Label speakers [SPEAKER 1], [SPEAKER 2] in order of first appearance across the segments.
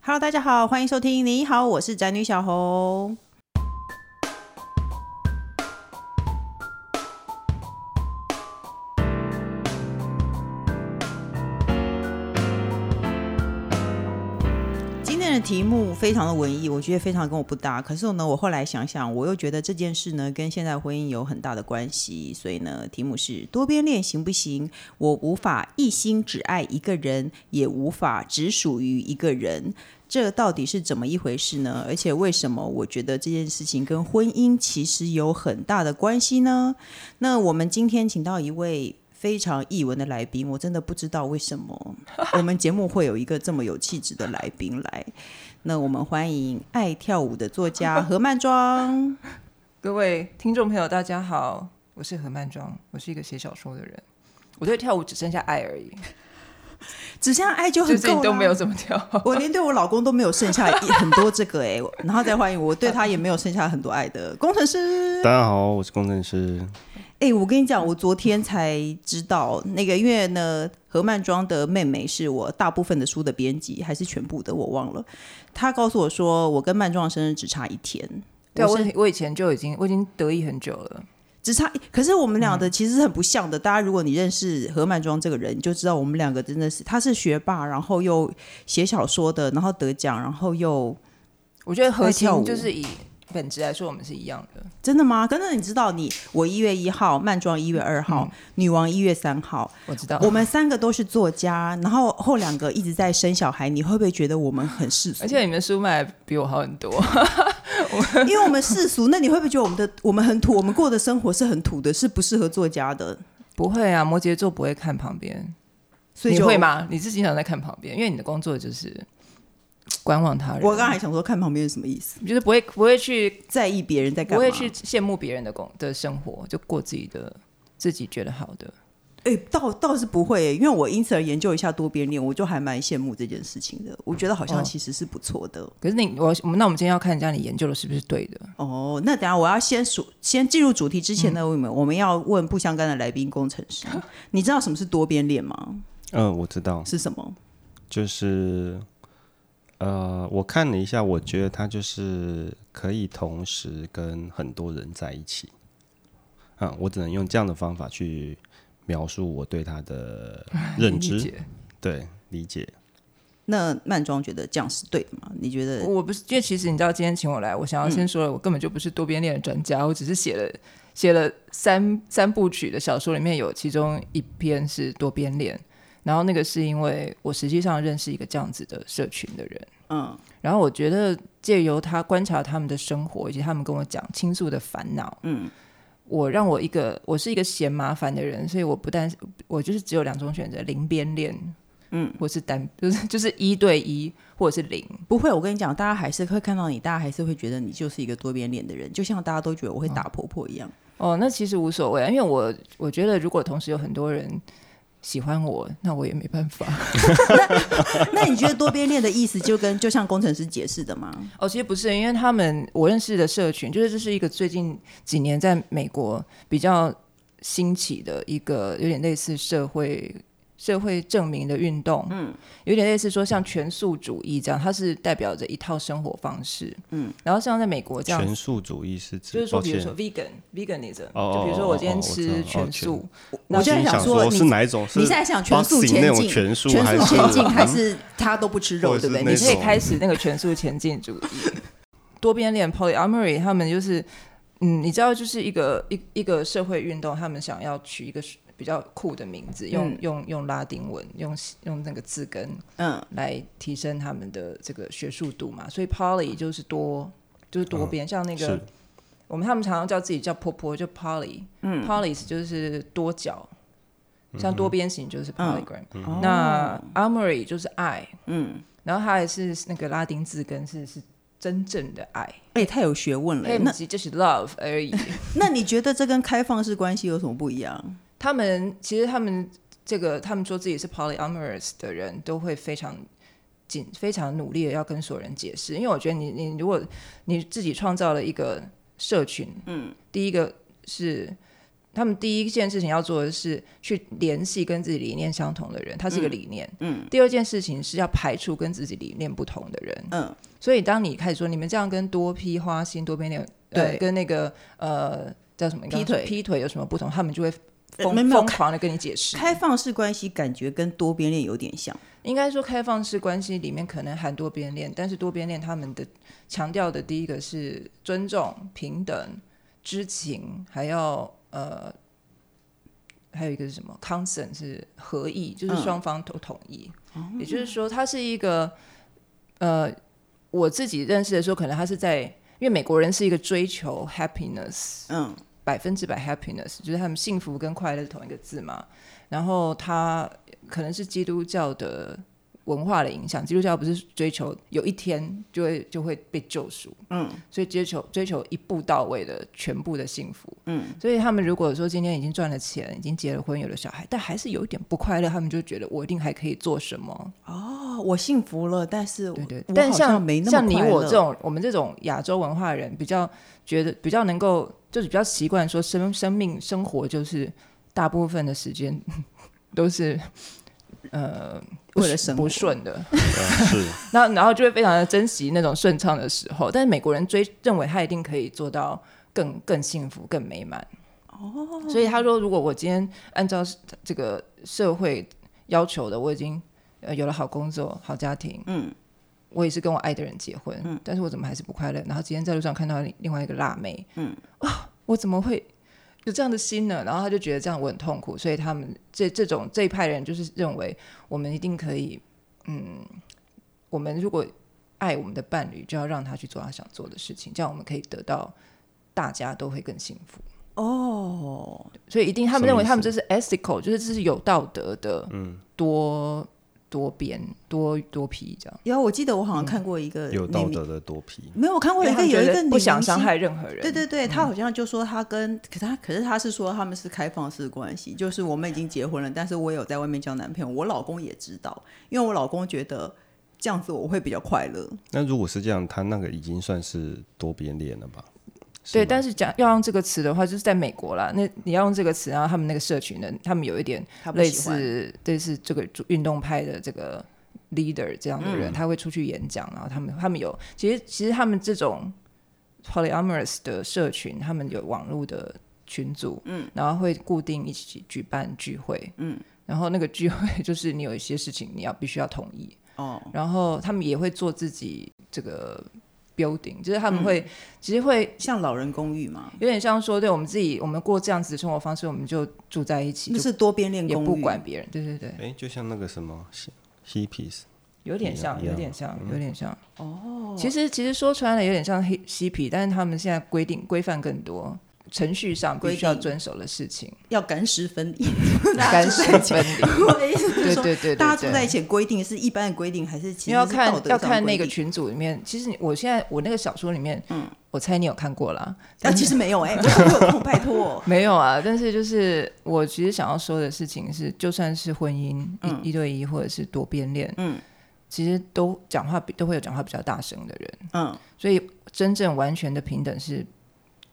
[SPEAKER 1] Hello，大家好，欢迎收听。你好，我是宅女小红。今天的题目非常的文艺，我觉得非常跟我不搭。可是呢，我后来想想，我又觉得这件事呢跟现在婚姻有很大的关系，所以呢，题目是多边恋行不行？我无法一心只爱一个人，也无法只属于一个人，这到底是怎么一回事呢？而且为什么我觉得这件事情跟婚姻其实有很大的关系呢？那我们今天请到一位。非常译文的来宾，我真的不知道为什 么我们节目会有一个这么有气质的来宾来。那我们欢迎爱跳舞的作 家何曼庄。
[SPEAKER 2] 各位听众朋友，大家好，我是何曼庄，我是一个写小说的人。我对跳舞只剩下爱 而已，
[SPEAKER 1] 只剩下爱就
[SPEAKER 2] 最
[SPEAKER 1] 很
[SPEAKER 2] 近
[SPEAKER 1] 够
[SPEAKER 2] 都没有
[SPEAKER 1] 了。
[SPEAKER 2] 怎么跳。
[SPEAKER 1] 我连对我老公都没有剩下一很多这个哎、然后再欢迎我对他也没有剩下很多爱的工程师。
[SPEAKER 3] 大家好，我是工程师。
[SPEAKER 1] 哎、我跟你讲，我昨天才知道那个，因为呢，何曼庄的妹妹是我大部分的书的编辑，还是全部的我忘了。她告诉我说，我跟曼庄的生日只差一天。
[SPEAKER 2] 对啊，
[SPEAKER 1] 我
[SPEAKER 2] 我
[SPEAKER 1] 是
[SPEAKER 2] 我以前就已经我已经得意很久了。
[SPEAKER 1] 只差，可是我们俩
[SPEAKER 2] 嗯
[SPEAKER 1] 的其实是很不像的。大家如果你认识何曼庄这个人，你就知道我们两个真的是，他是学霸，然后又写小说的，然后得奖，然后又
[SPEAKER 2] 我觉得核
[SPEAKER 1] 爱跳舞
[SPEAKER 2] 心就是以本质来说，我们是一样的。
[SPEAKER 1] 真的吗？真的，你知道你我一月一号，曼庄一月二
[SPEAKER 2] 嗯
[SPEAKER 1] 号，女王一月三号，
[SPEAKER 2] 我知道，
[SPEAKER 1] 我们三个都是作家，然后后两个一直在生小孩，你会不会觉得我们很世俗
[SPEAKER 2] 而？且你们书卖得比我好很多。
[SPEAKER 1] 因为我们世俗，那你会不会觉得我们的我们很土？我们过的生活是很土的，是不适合作家的。
[SPEAKER 2] 不会啊，摩羯座不会看旁边，
[SPEAKER 1] 所以
[SPEAKER 2] 你
[SPEAKER 1] 就
[SPEAKER 2] 会？吗？你是经常在看旁边，因为你的工作就是观望他人。
[SPEAKER 1] 我刚才想说看旁边是什么意思，
[SPEAKER 2] 就是不会不会去
[SPEAKER 1] 在意别人在干
[SPEAKER 2] 不
[SPEAKER 1] 嘛？
[SPEAKER 2] 会去羡慕别人的工的生活，就过自己的自己觉得好的。
[SPEAKER 1] 哎、倒倒是不会欸耶、因为我因此而研究一下多边恋，我就还蛮羡慕这件事情的。我觉得好像
[SPEAKER 2] 哦
[SPEAKER 1] 其实是不错的。
[SPEAKER 2] 可是你我我们那我们今天要看一下你研究的是不是对的？
[SPEAKER 1] 哦，那等一下我要先数，先进入主题之前
[SPEAKER 2] 嗯
[SPEAKER 1] 呢，我们、我们要问不相干的来宾工程 师，你知道什么是多边恋吗？
[SPEAKER 3] 嗯、我知道，
[SPEAKER 1] 是什么？
[SPEAKER 3] 就是呃，我看了一下，我觉得他就是可以同时跟很多人在一起。啊、我只能用这样的方法去描述我对他的 认
[SPEAKER 2] 理
[SPEAKER 3] 知，
[SPEAKER 2] 解
[SPEAKER 3] 对理解。
[SPEAKER 1] 那曼庄觉得这样是对的吗？你觉得？
[SPEAKER 2] 我不是，嗯因为其实你知道今天请我来，我想要先说了，我根本就不是多边恋的专家，我只是写了写了三三部曲的小说，里面有其中一篇是多边恋，然后那个是因为我实际上认识一个这样子的社群的人，
[SPEAKER 1] 嗯，
[SPEAKER 2] 然后我觉得借由他观察他们的生活，以及他们跟我讲倾诉的烦恼，嗯，我让我一个我是一个嫌麻烦的人，所以我不但我就是只有两种选择，零边恋，嗯，或是单就是就是一对一或者是零，
[SPEAKER 1] 不会，我跟你讲，大家还是会看到你，大家还是会觉得你就是一个多边恋的 人，就像大家都觉得我会打
[SPEAKER 2] 嗯
[SPEAKER 1] 婆婆一样。
[SPEAKER 2] 哦，那其实无所谓啊，因为我我觉得如果同时有很多人喜欢我，那我也没办法。
[SPEAKER 1] 那你觉得多边恋的意思就跟就像工程师解释的吗？
[SPEAKER 2] 哦，其实不是，因为他们我认识的社群，就是这是一个最近几年在美国比较兴起的一个，有点类似社会社会证明的运动，嗯，有点类似说像全素主义这样，它是代表着一套生活方式，嗯，然后像在美国这样子
[SPEAKER 3] 全素主义是指，
[SPEAKER 2] 就是说，
[SPEAKER 3] 抱
[SPEAKER 2] 比如
[SPEAKER 3] 歉
[SPEAKER 2] 说 vegan veganism，
[SPEAKER 3] 哦
[SPEAKER 2] 就比如说我今天
[SPEAKER 3] 哦哦哦我知
[SPEAKER 2] 吃
[SPEAKER 3] 道
[SPEAKER 2] 全
[SPEAKER 3] 哦
[SPEAKER 2] 素，
[SPEAKER 1] 我现在
[SPEAKER 3] 你
[SPEAKER 1] 想
[SPEAKER 3] 想
[SPEAKER 1] 说你
[SPEAKER 3] 是哪一种？是
[SPEAKER 1] 你现在想全速
[SPEAKER 3] boxing
[SPEAKER 1] 前
[SPEAKER 3] 那种
[SPEAKER 1] 进，
[SPEAKER 3] 全素
[SPEAKER 1] 全
[SPEAKER 3] 还
[SPEAKER 1] 速
[SPEAKER 3] 是
[SPEAKER 1] 前进，还
[SPEAKER 3] 嗯
[SPEAKER 1] 是他都不吃肉，
[SPEAKER 3] 或者
[SPEAKER 1] 对
[SPEAKER 3] 是
[SPEAKER 1] 不对？
[SPEAKER 3] 那
[SPEAKER 1] 你
[SPEAKER 2] 你
[SPEAKER 1] 是
[SPEAKER 2] 可以
[SPEAKER 3] 种
[SPEAKER 2] 开始那个全素前进主义，多边恋 polyamory，他们就是，嗯，你知道，就是一个一一个社会运动，他们想要取一个比较酷的名字，用、
[SPEAKER 1] 嗯
[SPEAKER 2] 用用拉丁文，用用那个字根
[SPEAKER 1] 嗯，
[SPEAKER 2] 来提升他们的这个学术度嘛，所以 poly 就是多，就是多边，像那个
[SPEAKER 3] 是
[SPEAKER 2] 我们他们常常叫自己叫婆婆，就 poly，嗯，polys 就是多角，像多边形就是 polygram，、那 amory 就是爱，嗯，然后它也是那个拉丁字根是是真正的爱，
[SPEAKER 1] 哎、太有学问了。
[SPEAKER 2] 那
[SPEAKER 1] 那
[SPEAKER 2] 其实就是 love 而已。
[SPEAKER 1] 那你觉得这跟开放式关系有什么不一样？
[SPEAKER 2] 他们其实他们这个他们说自己是 polyamorous 的人，都会非常紧、非常努力的要跟所有人解释，因为我觉得你你如果你自己创造了一个社群，嗯，第一个是他们第一件事情要做的是去联系跟自己理念相同的人，他是一个理念。嗯。第二件事情是要排除跟自己理念不同的人。
[SPEAKER 1] 嗯。
[SPEAKER 2] 所以当你开始说你们这样跟多批花心、多边恋，
[SPEAKER 1] 对
[SPEAKER 2] 呃，跟那个呃叫什么你刚
[SPEAKER 1] 劈
[SPEAKER 2] 刚说
[SPEAKER 1] 腿呃
[SPEAKER 2] 劈腿有什么不同，他们就会疯
[SPEAKER 1] 没有没有
[SPEAKER 2] 疯狂的跟你解释。
[SPEAKER 1] 开放式关系感觉跟多边恋有点像，
[SPEAKER 2] 应该说，开放式关系里面可能含多边恋，但是多边恋他们的强调的第一个是尊重、平等、知情，还要呃，还有一个是什么？consent 是合意，就是
[SPEAKER 1] 嗯
[SPEAKER 2] 双方都同意。也就是说，它是一个呃，我自己认识的时候，可能他是在因为美国人是一个追求 happiness
[SPEAKER 1] 嗯，
[SPEAKER 2] 百分之百 happiness，就是他们幸福跟快乐是同一个字嘛。然后他可能是基督教的文化的影响，基督教不是追求有一天就会就会被救赎，
[SPEAKER 1] 嗯，
[SPEAKER 2] 所以追求追求一步到位的全部的幸福，嗯，所以他们如果说今天已经赚了钱，已经结了婚，有了小孩，但还是有一点不快乐，他们就觉得我一定还可以做什么，
[SPEAKER 1] 哦，我幸福了，但是我
[SPEAKER 2] 对对，
[SPEAKER 1] 我
[SPEAKER 2] 但
[SPEAKER 1] 好
[SPEAKER 2] 像
[SPEAKER 1] 没那么
[SPEAKER 2] 像你
[SPEAKER 1] 快乐
[SPEAKER 2] 我这，种我们这种亚洲文化人，比较觉得比较能够，就是比较习惯说生生命生活就是大部分的时间 都是呃不
[SPEAKER 1] 为了
[SPEAKER 2] 顺
[SPEAKER 1] 生
[SPEAKER 2] 不
[SPEAKER 1] 活
[SPEAKER 2] 顺的，
[SPEAKER 3] 呃是
[SPEAKER 2] 那然后就会非常的珍惜那种顺畅的时候。但是美国人追认为他一定可以做到更更幸福、更美满。哦，所以他说，如果我今天按照这个社会要求的，我已经呃有了好工作、好家庭，
[SPEAKER 1] 嗯，
[SPEAKER 2] 我也是跟我爱的人结婚，嗯，但是我怎么还是不快乐？然后今天在路上看到另另外一个辣妹，嗯，啊，我怎么会？有这样的心呢，然后他就觉得这样我很痛苦，所以他们这这种这一派人就是认为我们一定可以，嗯，我们如果爱我们的伴侣，就要让他去做他想做的事情，这样我们可以得到大家都会更幸福。
[SPEAKER 1] 哦，
[SPEAKER 2] 所以一定他
[SPEAKER 3] 什么
[SPEAKER 2] 们认为
[SPEAKER 3] 意思
[SPEAKER 2] 他们这是 ethical，就是这是有道德的，嗯，多多边多多批这样。
[SPEAKER 1] 有，我记得我好像看过一个
[SPEAKER 3] 嗯有
[SPEAKER 1] 女
[SPEAKER 3] 道
[SPEAKER 1] 明，
[SPEAKER 3] 德的多批，
[SPEAKER 1] 没有，我看过一
[SPEAKER 2] 因为他
[SPEAKER 1] 个
[SPEAKER 2] 们
[SPEAKER 1] 有一
[SPEAKER 2] 觉
[SPEAKER 1] 个
[SPEAKER 2] 得
[SPEAKER 1] 女
[SPEAKER 2] 不想
[SPEAKER 1] 明
[SPEAKER 2] 伤
[SPEAKER 1] 星
[SPEAKER 2] 害任何人，
[SPEAKER 1] 对对
[SPEAKER 3] 嗯
[SPEAKER 1] 对，他好像就说他跟，可是他可是他是说他们是开放式关系，就是我们已经结婚了，但是我有在外面交男朋友，我老公也知道，因为我老公觉得这样子我会比较快乐。
[SPEAKER 3] 那如果是这样，他那个已经算是多边恋了吧？
[SPEAKER 2] 对，
[SPEAKER 3] 吗
[SPEAKER 2] 但是讲要用这个词的话，就是在美国啦。那你要用这个词，然后他们那个社群呢，他们有一点
[SPEAKER 1] 他不
[SPEAKER 2] 类
[SPEAKER 1] 喜欢，
[SPEAKER 2] 似类似这个运动派的这个 leader 这样的
[SPEAKER 1] 嗯
[SPEAKER 2] 人，他会出去演讲，然后他们他们有其实其实他们这种 polyamorous 的社群，他们有网络的群组，嗯，然后会固定一起举办聚会，嗯，然后那个聚会 就是你有一些事情你要必须要同意，
[SPEAKER 1] 哦，
[SPEAKER 2] 然后他们也会做自己这个 building，就是他们
[SPEAKER 1] 嗯
[SPEAKER 2] 会、其实会
[SPEAKER 1] 像老人公寓嘛，
[SPEAKER 2] 有点像说，对我们自己，我们过这样子的生活方式，我们就住在一起，
[SPEAKER 1] 就
[SPEAKER 2] 就是
[SPEAKER 1] 多边恋
[SPEAKER 2] 也
[SPEAKER 1] 公寓，
[SPEAKER 2] 不管别人。对对对，
[SPEAKER 3] 哎，就像那个什么 hippies，
[SPEAKER 2] 有点像，
[SPEAKER 3] 一样嗯
[SPEAKER 2] 有点像，有点像。哦，其实其实说穿了，有点像黑嬉皮，但是他们现在规定规范更多。程序上必须要
[SPEAKER 1] 规定
[SPEAKER 2] 遵守的 事情，
[SPEAKER 1] 要干湿 分离，
[SPEAKER 2] 干湿 分离，
[SPEAKER 1] 我的意思是
[SPEAKER 2] 对
[SPEAKER 1] 说，
[SPEAKER 2] 对对
[SPEAKER 1] 大
[SPEAKER 2] 对
[SPEAKER 1] 家住在一
[SPEAKER 2] 对。
[SPEAKER 1] 起的规定是一般的规定，还是其实
[SPEAKER 2] 因为要
[SPEAKER 1] 是
[SPEAKER 2] 看
[SPEAKER 1] 道德
[SPEAKER 2] 要
[SPEAKER 1] 上的
[SPEAKER 2] 看那个
[SPEAKER 1] 规定
[SPEAKER 2] 群组里面，其实你我现在我那个小说里面，嗯，我猜你有看过啦，
[SPEAKER 1] 啊，其实没有哎、 我有空拜托。
[SPEAKER 2] 没有啊，但是就是我其实想要说的事情是，就算是婚姻、一一对一或者是多边恋，
[SPEAKER 1] 嗯，
[SPEAKER 2] 其实都讲话比都会有讲话比较大声的人，
[SPEAKER 1] 嗯，
[SPEAKER 2] 所以真正完全的平等是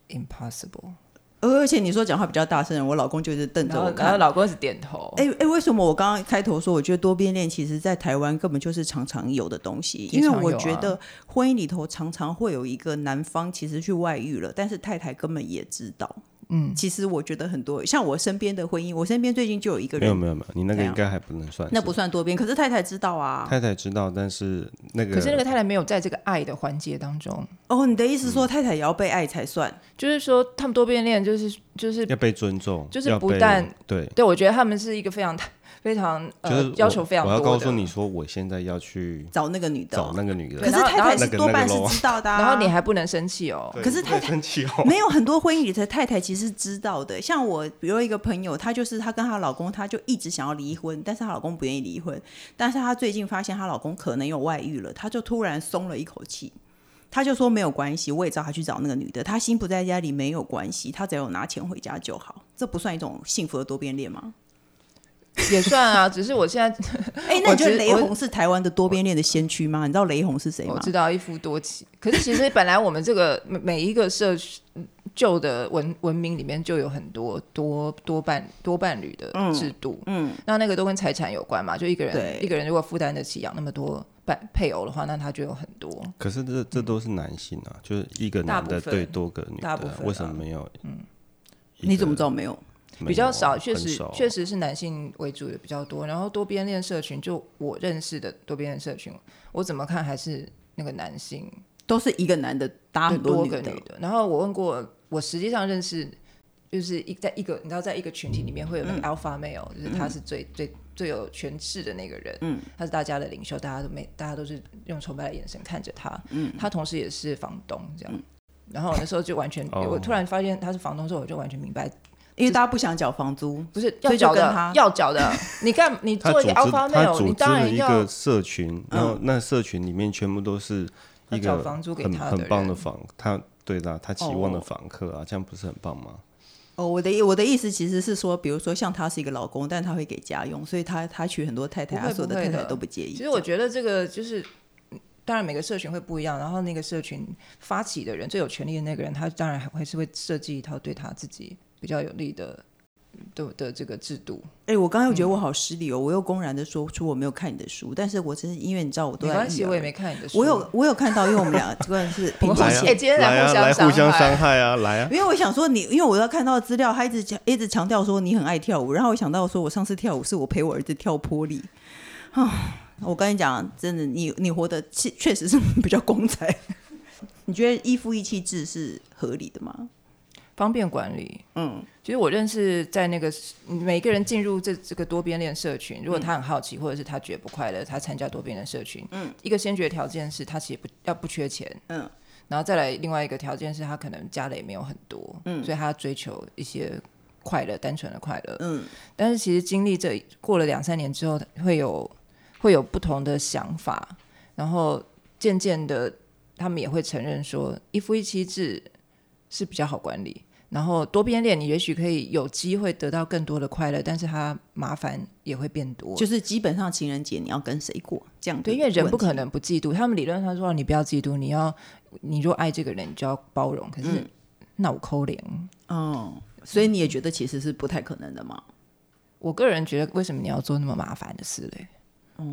[SPEAKER 2] impossible。
[SPEAKER 1] 而且你说讲话比较大声，我老公就是瞪着
[SPEAKER 2] 然
[SPEAKER 1] 我
[SPEAKER 2] 后
[SPEAKER 1] 看，
[SPEAKER 2] 然后老公是点头，
[SPEAKER 1] 哎、哎、为什么我刚刚开头说，我觉得多边恋其实在台湾根本就是常常有的东西，因
[SPEAKER 2] 也
[SPEAKER 1] 为
[SPEAKER 2] 常
[SPEAKER 1] 我
[SPEAKER 2] 有
[SPEAKER 1] 觉
[SPEAKER 2] 啊
[SPEAKER 1] 得婚姻里头常常会有一个男方其实去外遇了，但是太太根本也知道。
[SPEAKER 2] 嗯，
[SPEAKER 1] 其实我觉得很多像我身边的婚姻，我身边最近就有一个
[SPEAKER 3] 没有
[SPEAKER 1] 人，
[SPEAKER 3] 没有没有，你那
[SPEAKER 1] 怎
[SPEAKER 3] 个应
[SPEAKER 1] 样
[SPEAKER 3] 该还不能算是，
[SPEAKER 1] 那不算多边，可是太太知道啊。
[SPEAKER 3] 太太知道，但是那个
[SPEAKER 2] 可是那个太太没有在这个爱的环节当中，
[SPEAKER 1] 哦，你的意思
[SPEAKER 3] 嗯
[SPEAKER 1] 说太太也要被爱才算？
[SPEAKER 2] 就是说他们多边恋就是就是
[SPEAKER 3] 要被尊重，
[SPEAKER 2] 就是
[SPEAKER 3] 要
[SPEAKER 2] 不
[SPEAKER 3] 被
[SPEAKER 2] 但
[SPEAKER 3] 对，
[SPEAKER 2] 对我觉得他们是一个非常非常
[SPEAKER 3] 就
[SPEAKER 2] 呃
[SPEAKER 3] 是我
[SPEAKER 2] 要求非常
[SPEAKER 3] 我
[SPEAKER 2] 多
[SPEAKER 3] 要
[SPEAKER 2] 的。
[SPEAKER 3] 告诉你说，我现在要去
[SPEAKER 1] 找那个女的
[SPEAKER 3] 找
[SPEAKER 1] 哦，
[SPEAKER 3] 那个女
[SPEAKER 1] 可是
[SPEAKER 3] 的，
[SPEAKER 2] 然后
[SPEAKER 1] 太太
[SPEAKER 3] 那
[SPEAKER 1] 是
[SPEAKER 3] 个
[SPEAKER 1] 多
[SPEAKER 3] 那个
[SPEAKER 1] 半是
[SPEAKER 3] 咯
[SPEAKER 1] 知道的、啊
[SPEAKER 2] 然后你还不能生气哦，
[SPEAKER 3] 对
[SPEAKER 1] 可是太太
[SPEAKER 3] 对生气 哦，
[SPEAKER 1] 没有很多婚姻里的太太其实知道的，像我，比如一个朋友，她就是她跟她老公，她就一直想要离婚，但是她老公不愿意离婚，但是她最近发现她老公可能有外遇了，她就突然松了一口气，她就说没有关系，我也知道她去找那个女的，她心不在家里没有关系，她只要有拿钱回家就好，这不算一种幸福的多边恋吗？
[SPEAKER 2] 也算啊。只是我现在
[SPEAKER 1] 哎、那
[SPEAKER 2] 哦我
[SPEAKER 1] 你觉得
[SPEAKER 2] 觉得
[SPEAKER 1] 雷
[SPEAKER 2] 我
[SPEAKER 1] 洪是台湾的多边恋的先驱吗？你知道雷洪是谁
[SPEAKER 2] 我
[SPEAKER 1] 吗？
[SPEAKER 2] 知道一夫多妻，可是其实本来我们这个每每一个社区旧的文文明里面就有很多多多伴多伴侣的制度，
[SPEAKER 1] 嗯，
[SPEAKER 2] 那那个都跟财产有关嘛，就一个
[SPEAKER 1] 对
[SPEAKER 2] 人一个人如果负担得起养那么多伴配偶的话，那他就有很多。
[SPEAKER 3] 可是这这都是男性啊，就是一个男
[SPEAKER 2] 大
[SPEAKER 3] 的
[SPEAKER 2] 部分
[SPEAKER 3] 对多个女的
[SPEAKER 2] 大
[SPEAKER 3] 啊
[SPEAKER 2] 部，分啊
[SPEAKER 3] 为什么没有？嗯，
[SPEAKER 1] 你怎么知道
[SPEAKER 2] 哦
[SPEAKER 1] 没有？
[SPEAKER 3] 没有啊？
[SPEAKER 2] 比较少，确
[SPEAKER 3] 很
[SPEAKER 2] 实
[SPEAKER 3] 少
[SPEAKER 2] 确实是男性为主的比较多。然后多边恋社群，就我认识的多边恋社群，我怎么看还是那个男性
[SPEAKER 1] 都是一个男的搭
[SPEAKER 2] 对
[SPEAKER 1] 很多
[SPEAKER 2] 多
[SPEAKER 1] 女
[SPEAKER 2] 个
[SPEAKER 1] 的，
[SPEAKER 2] 女的。然后我问过，我实际上认识就是一在一个你知道，在一个群体里面会有那个 alpha male，、就是他是最最最有权势的那个人，
[SPEAKER 1] 嗯，
[SPEAKER 2] 他是大家的领袖，大家都没大家都是用崇拜的眼神看着他，嗯，他同时也是房东这样。然后我那时候就完全，
[SPEAKER 3] 哦
[SPEAKER 2] 我突然发现他是房东之后，我就完全明白
[SPEAKER 1] 因为大家不想缴房租，
[SPEAKER 2] 不是
[SPEAKER 1] 所
[SPEAKER 2] 要
[SPEAKER 1] 以就
[SPEAKER 2] 缴
[SPEAKER 1] 跟
[SPEAKER 2] 的
[SPEAKER 1] 他，
[SPEAKER 2] 要缴的。你干，你
[SPEAKER 3] 他
[SPEAKER 2] 做
[SPEAKER 3] 组
[SPEAKER 2] 一
[SPEAKER 3] 织
[SPEAKER 2] 个 alpha
[SPEAKER 3] 他
[SPEAKER 2] male，
[SPEAKER 3] 组
[SPEAKER 2] 你
[SPEAKER 3] 织
[SPEAKER 2] 当
[SPEAKER 3] 了
[SPEAKER 2] 然
[SPEAKER 3] 一
[SPEAKER 2] 要
[SPEAKER 3] 个社群，然后那社群里面全部都是
[SPEAKER 2] 他
[SPEAKER 3] 一
[SPEAKER 2] 找
[SPEAKER 3] 个
[SPEAKER 2] 房租给
[SPEAKER 3] 很
[SPEAKER 2] 他的
[SPEAKER 3] 很棒的
[SPEAKER 2] 人
[SPEAKER 3] 房，他对的啊，他期望的
[SPEAKER 1] 哦
[SPEAKER 3] 房客啊，这样不是很棒吗？
[SPEAKER 1] 哦，我的意我的意思其实是说，比如说像他是一个老公，但他会给家用，所以他他娶很多太太，
[SPEAKER 2] 不会
[SPEAKER 1] 他所有
[SPEAKER 2] 不
[SPEAKER 1] 的
[SPEAKER 2] 会
[SPEAKER 1] 太太
[SPEAKER 2] 的
[SPEAKER 1] 都不介意。
[SPEAKER 2] 其实我觉得这个就是，当然每个社群会不一样，然后那个社群发起的人最有权利的那个人，他当然还会是会设计一套对他自己比较有利的嗯的的这个制度。
[SPEAKER 1] 哎、我刚才又
[SPEAKER 2] 嗯
[SPEAKER 1] 觉得我好失礼哦，我又公然的说出我没有看你的书，但是我真是因为你知道我都
[SPEAKER 2] 没
[SPEAKER 1] 在
[SPEAKER 2] 关
[SPEAKER 1] 育
[SPEAKER 2] 系，
[SPEAKER 1] 儿
[SPEAKER 2] 我也没看你的书。
[SPEAKER 1] 我有我有看到，因为我们俩这个 是
[SPEAKER 2] 我
[SPEAKER 1] 平
[SPEAKER 2] 们
[SPEAKER 1] 行
[SPEAKER 2] 好
[SPEAKER 3] 来啊
[SPEAKER 2] 哎，
[SPEAKER 1] 线。
[SPEAKER 2] 今天
[SPEAKER 3] 来啊，来
[SPEAKER 2] 来
[SPEAKER 3] 互
[SPEAKER 2] 互
[SPEAKER 3] 相
[SPEAKER 2] 相
[SPEAKER 3] 伤
[SPEAKER 2] 伤害。
[SPEAKER 3] 害啊，来啊！
[SPEAKER 1] 因为我想说你，因为我要看到资料，他一直强一直强调说你很爱跳舞，然后我想到说我上次跳舞是我陪我儿子跳坡里，啊，我跟你讲，真的，你你活得确确实是比较公仔。 你觉得一夫一妻制是合理的吗？
[SPEAKER 2] 方便管理。
[SPEAKER 1] 嗯，
[SPEAKER 2] 其实我认识在那个每个人进入这这个多边恋社群，如
[SPEAKER 1] 嗯
[SPEAKER 2] 果他很好奇，或者是他觉得不快乐，他参加多边恋社群，嗯，一个先决条件是他其实不要不缺钱，
[SPEAKER 1] 嗯，
[SPEAKER 2] 然后再来另外一个条件是他可能家里也没有很多，嗯，所以他追求一些快乐，单纯的快乐，
[SPEAKER 1] 嗯，
[SPEAKER 2] 但是其实经历这过了两三年之后，会有会有不同的想法，然后渐渐的他们也会承认说一夫一妻制是比较好管理。然后多边恋，你也许可以有机会得到更多的快乐，但是它麻烦也会变多。
[SPEAKER 1] 就是基本上情人节你要跟谁过这样的
[SPEAKER 2] 对，因为人不可
[SPEAKER 1] 问题
[SPEAKER 2] 能不嫉妒。他们理论上说，你不要嫉妒，你要你若爱这个人，你就要包容。可
[SPEAKER 1] 嗯
[SPEAKER 2] 是那我抠脸，
[SPEAKER 1] 哦，所以你也觉得其实是不太可能的嘛？
[SPEAKER 2] 我个人觉得，为什么你要做那么麻烦的事嘞？哦，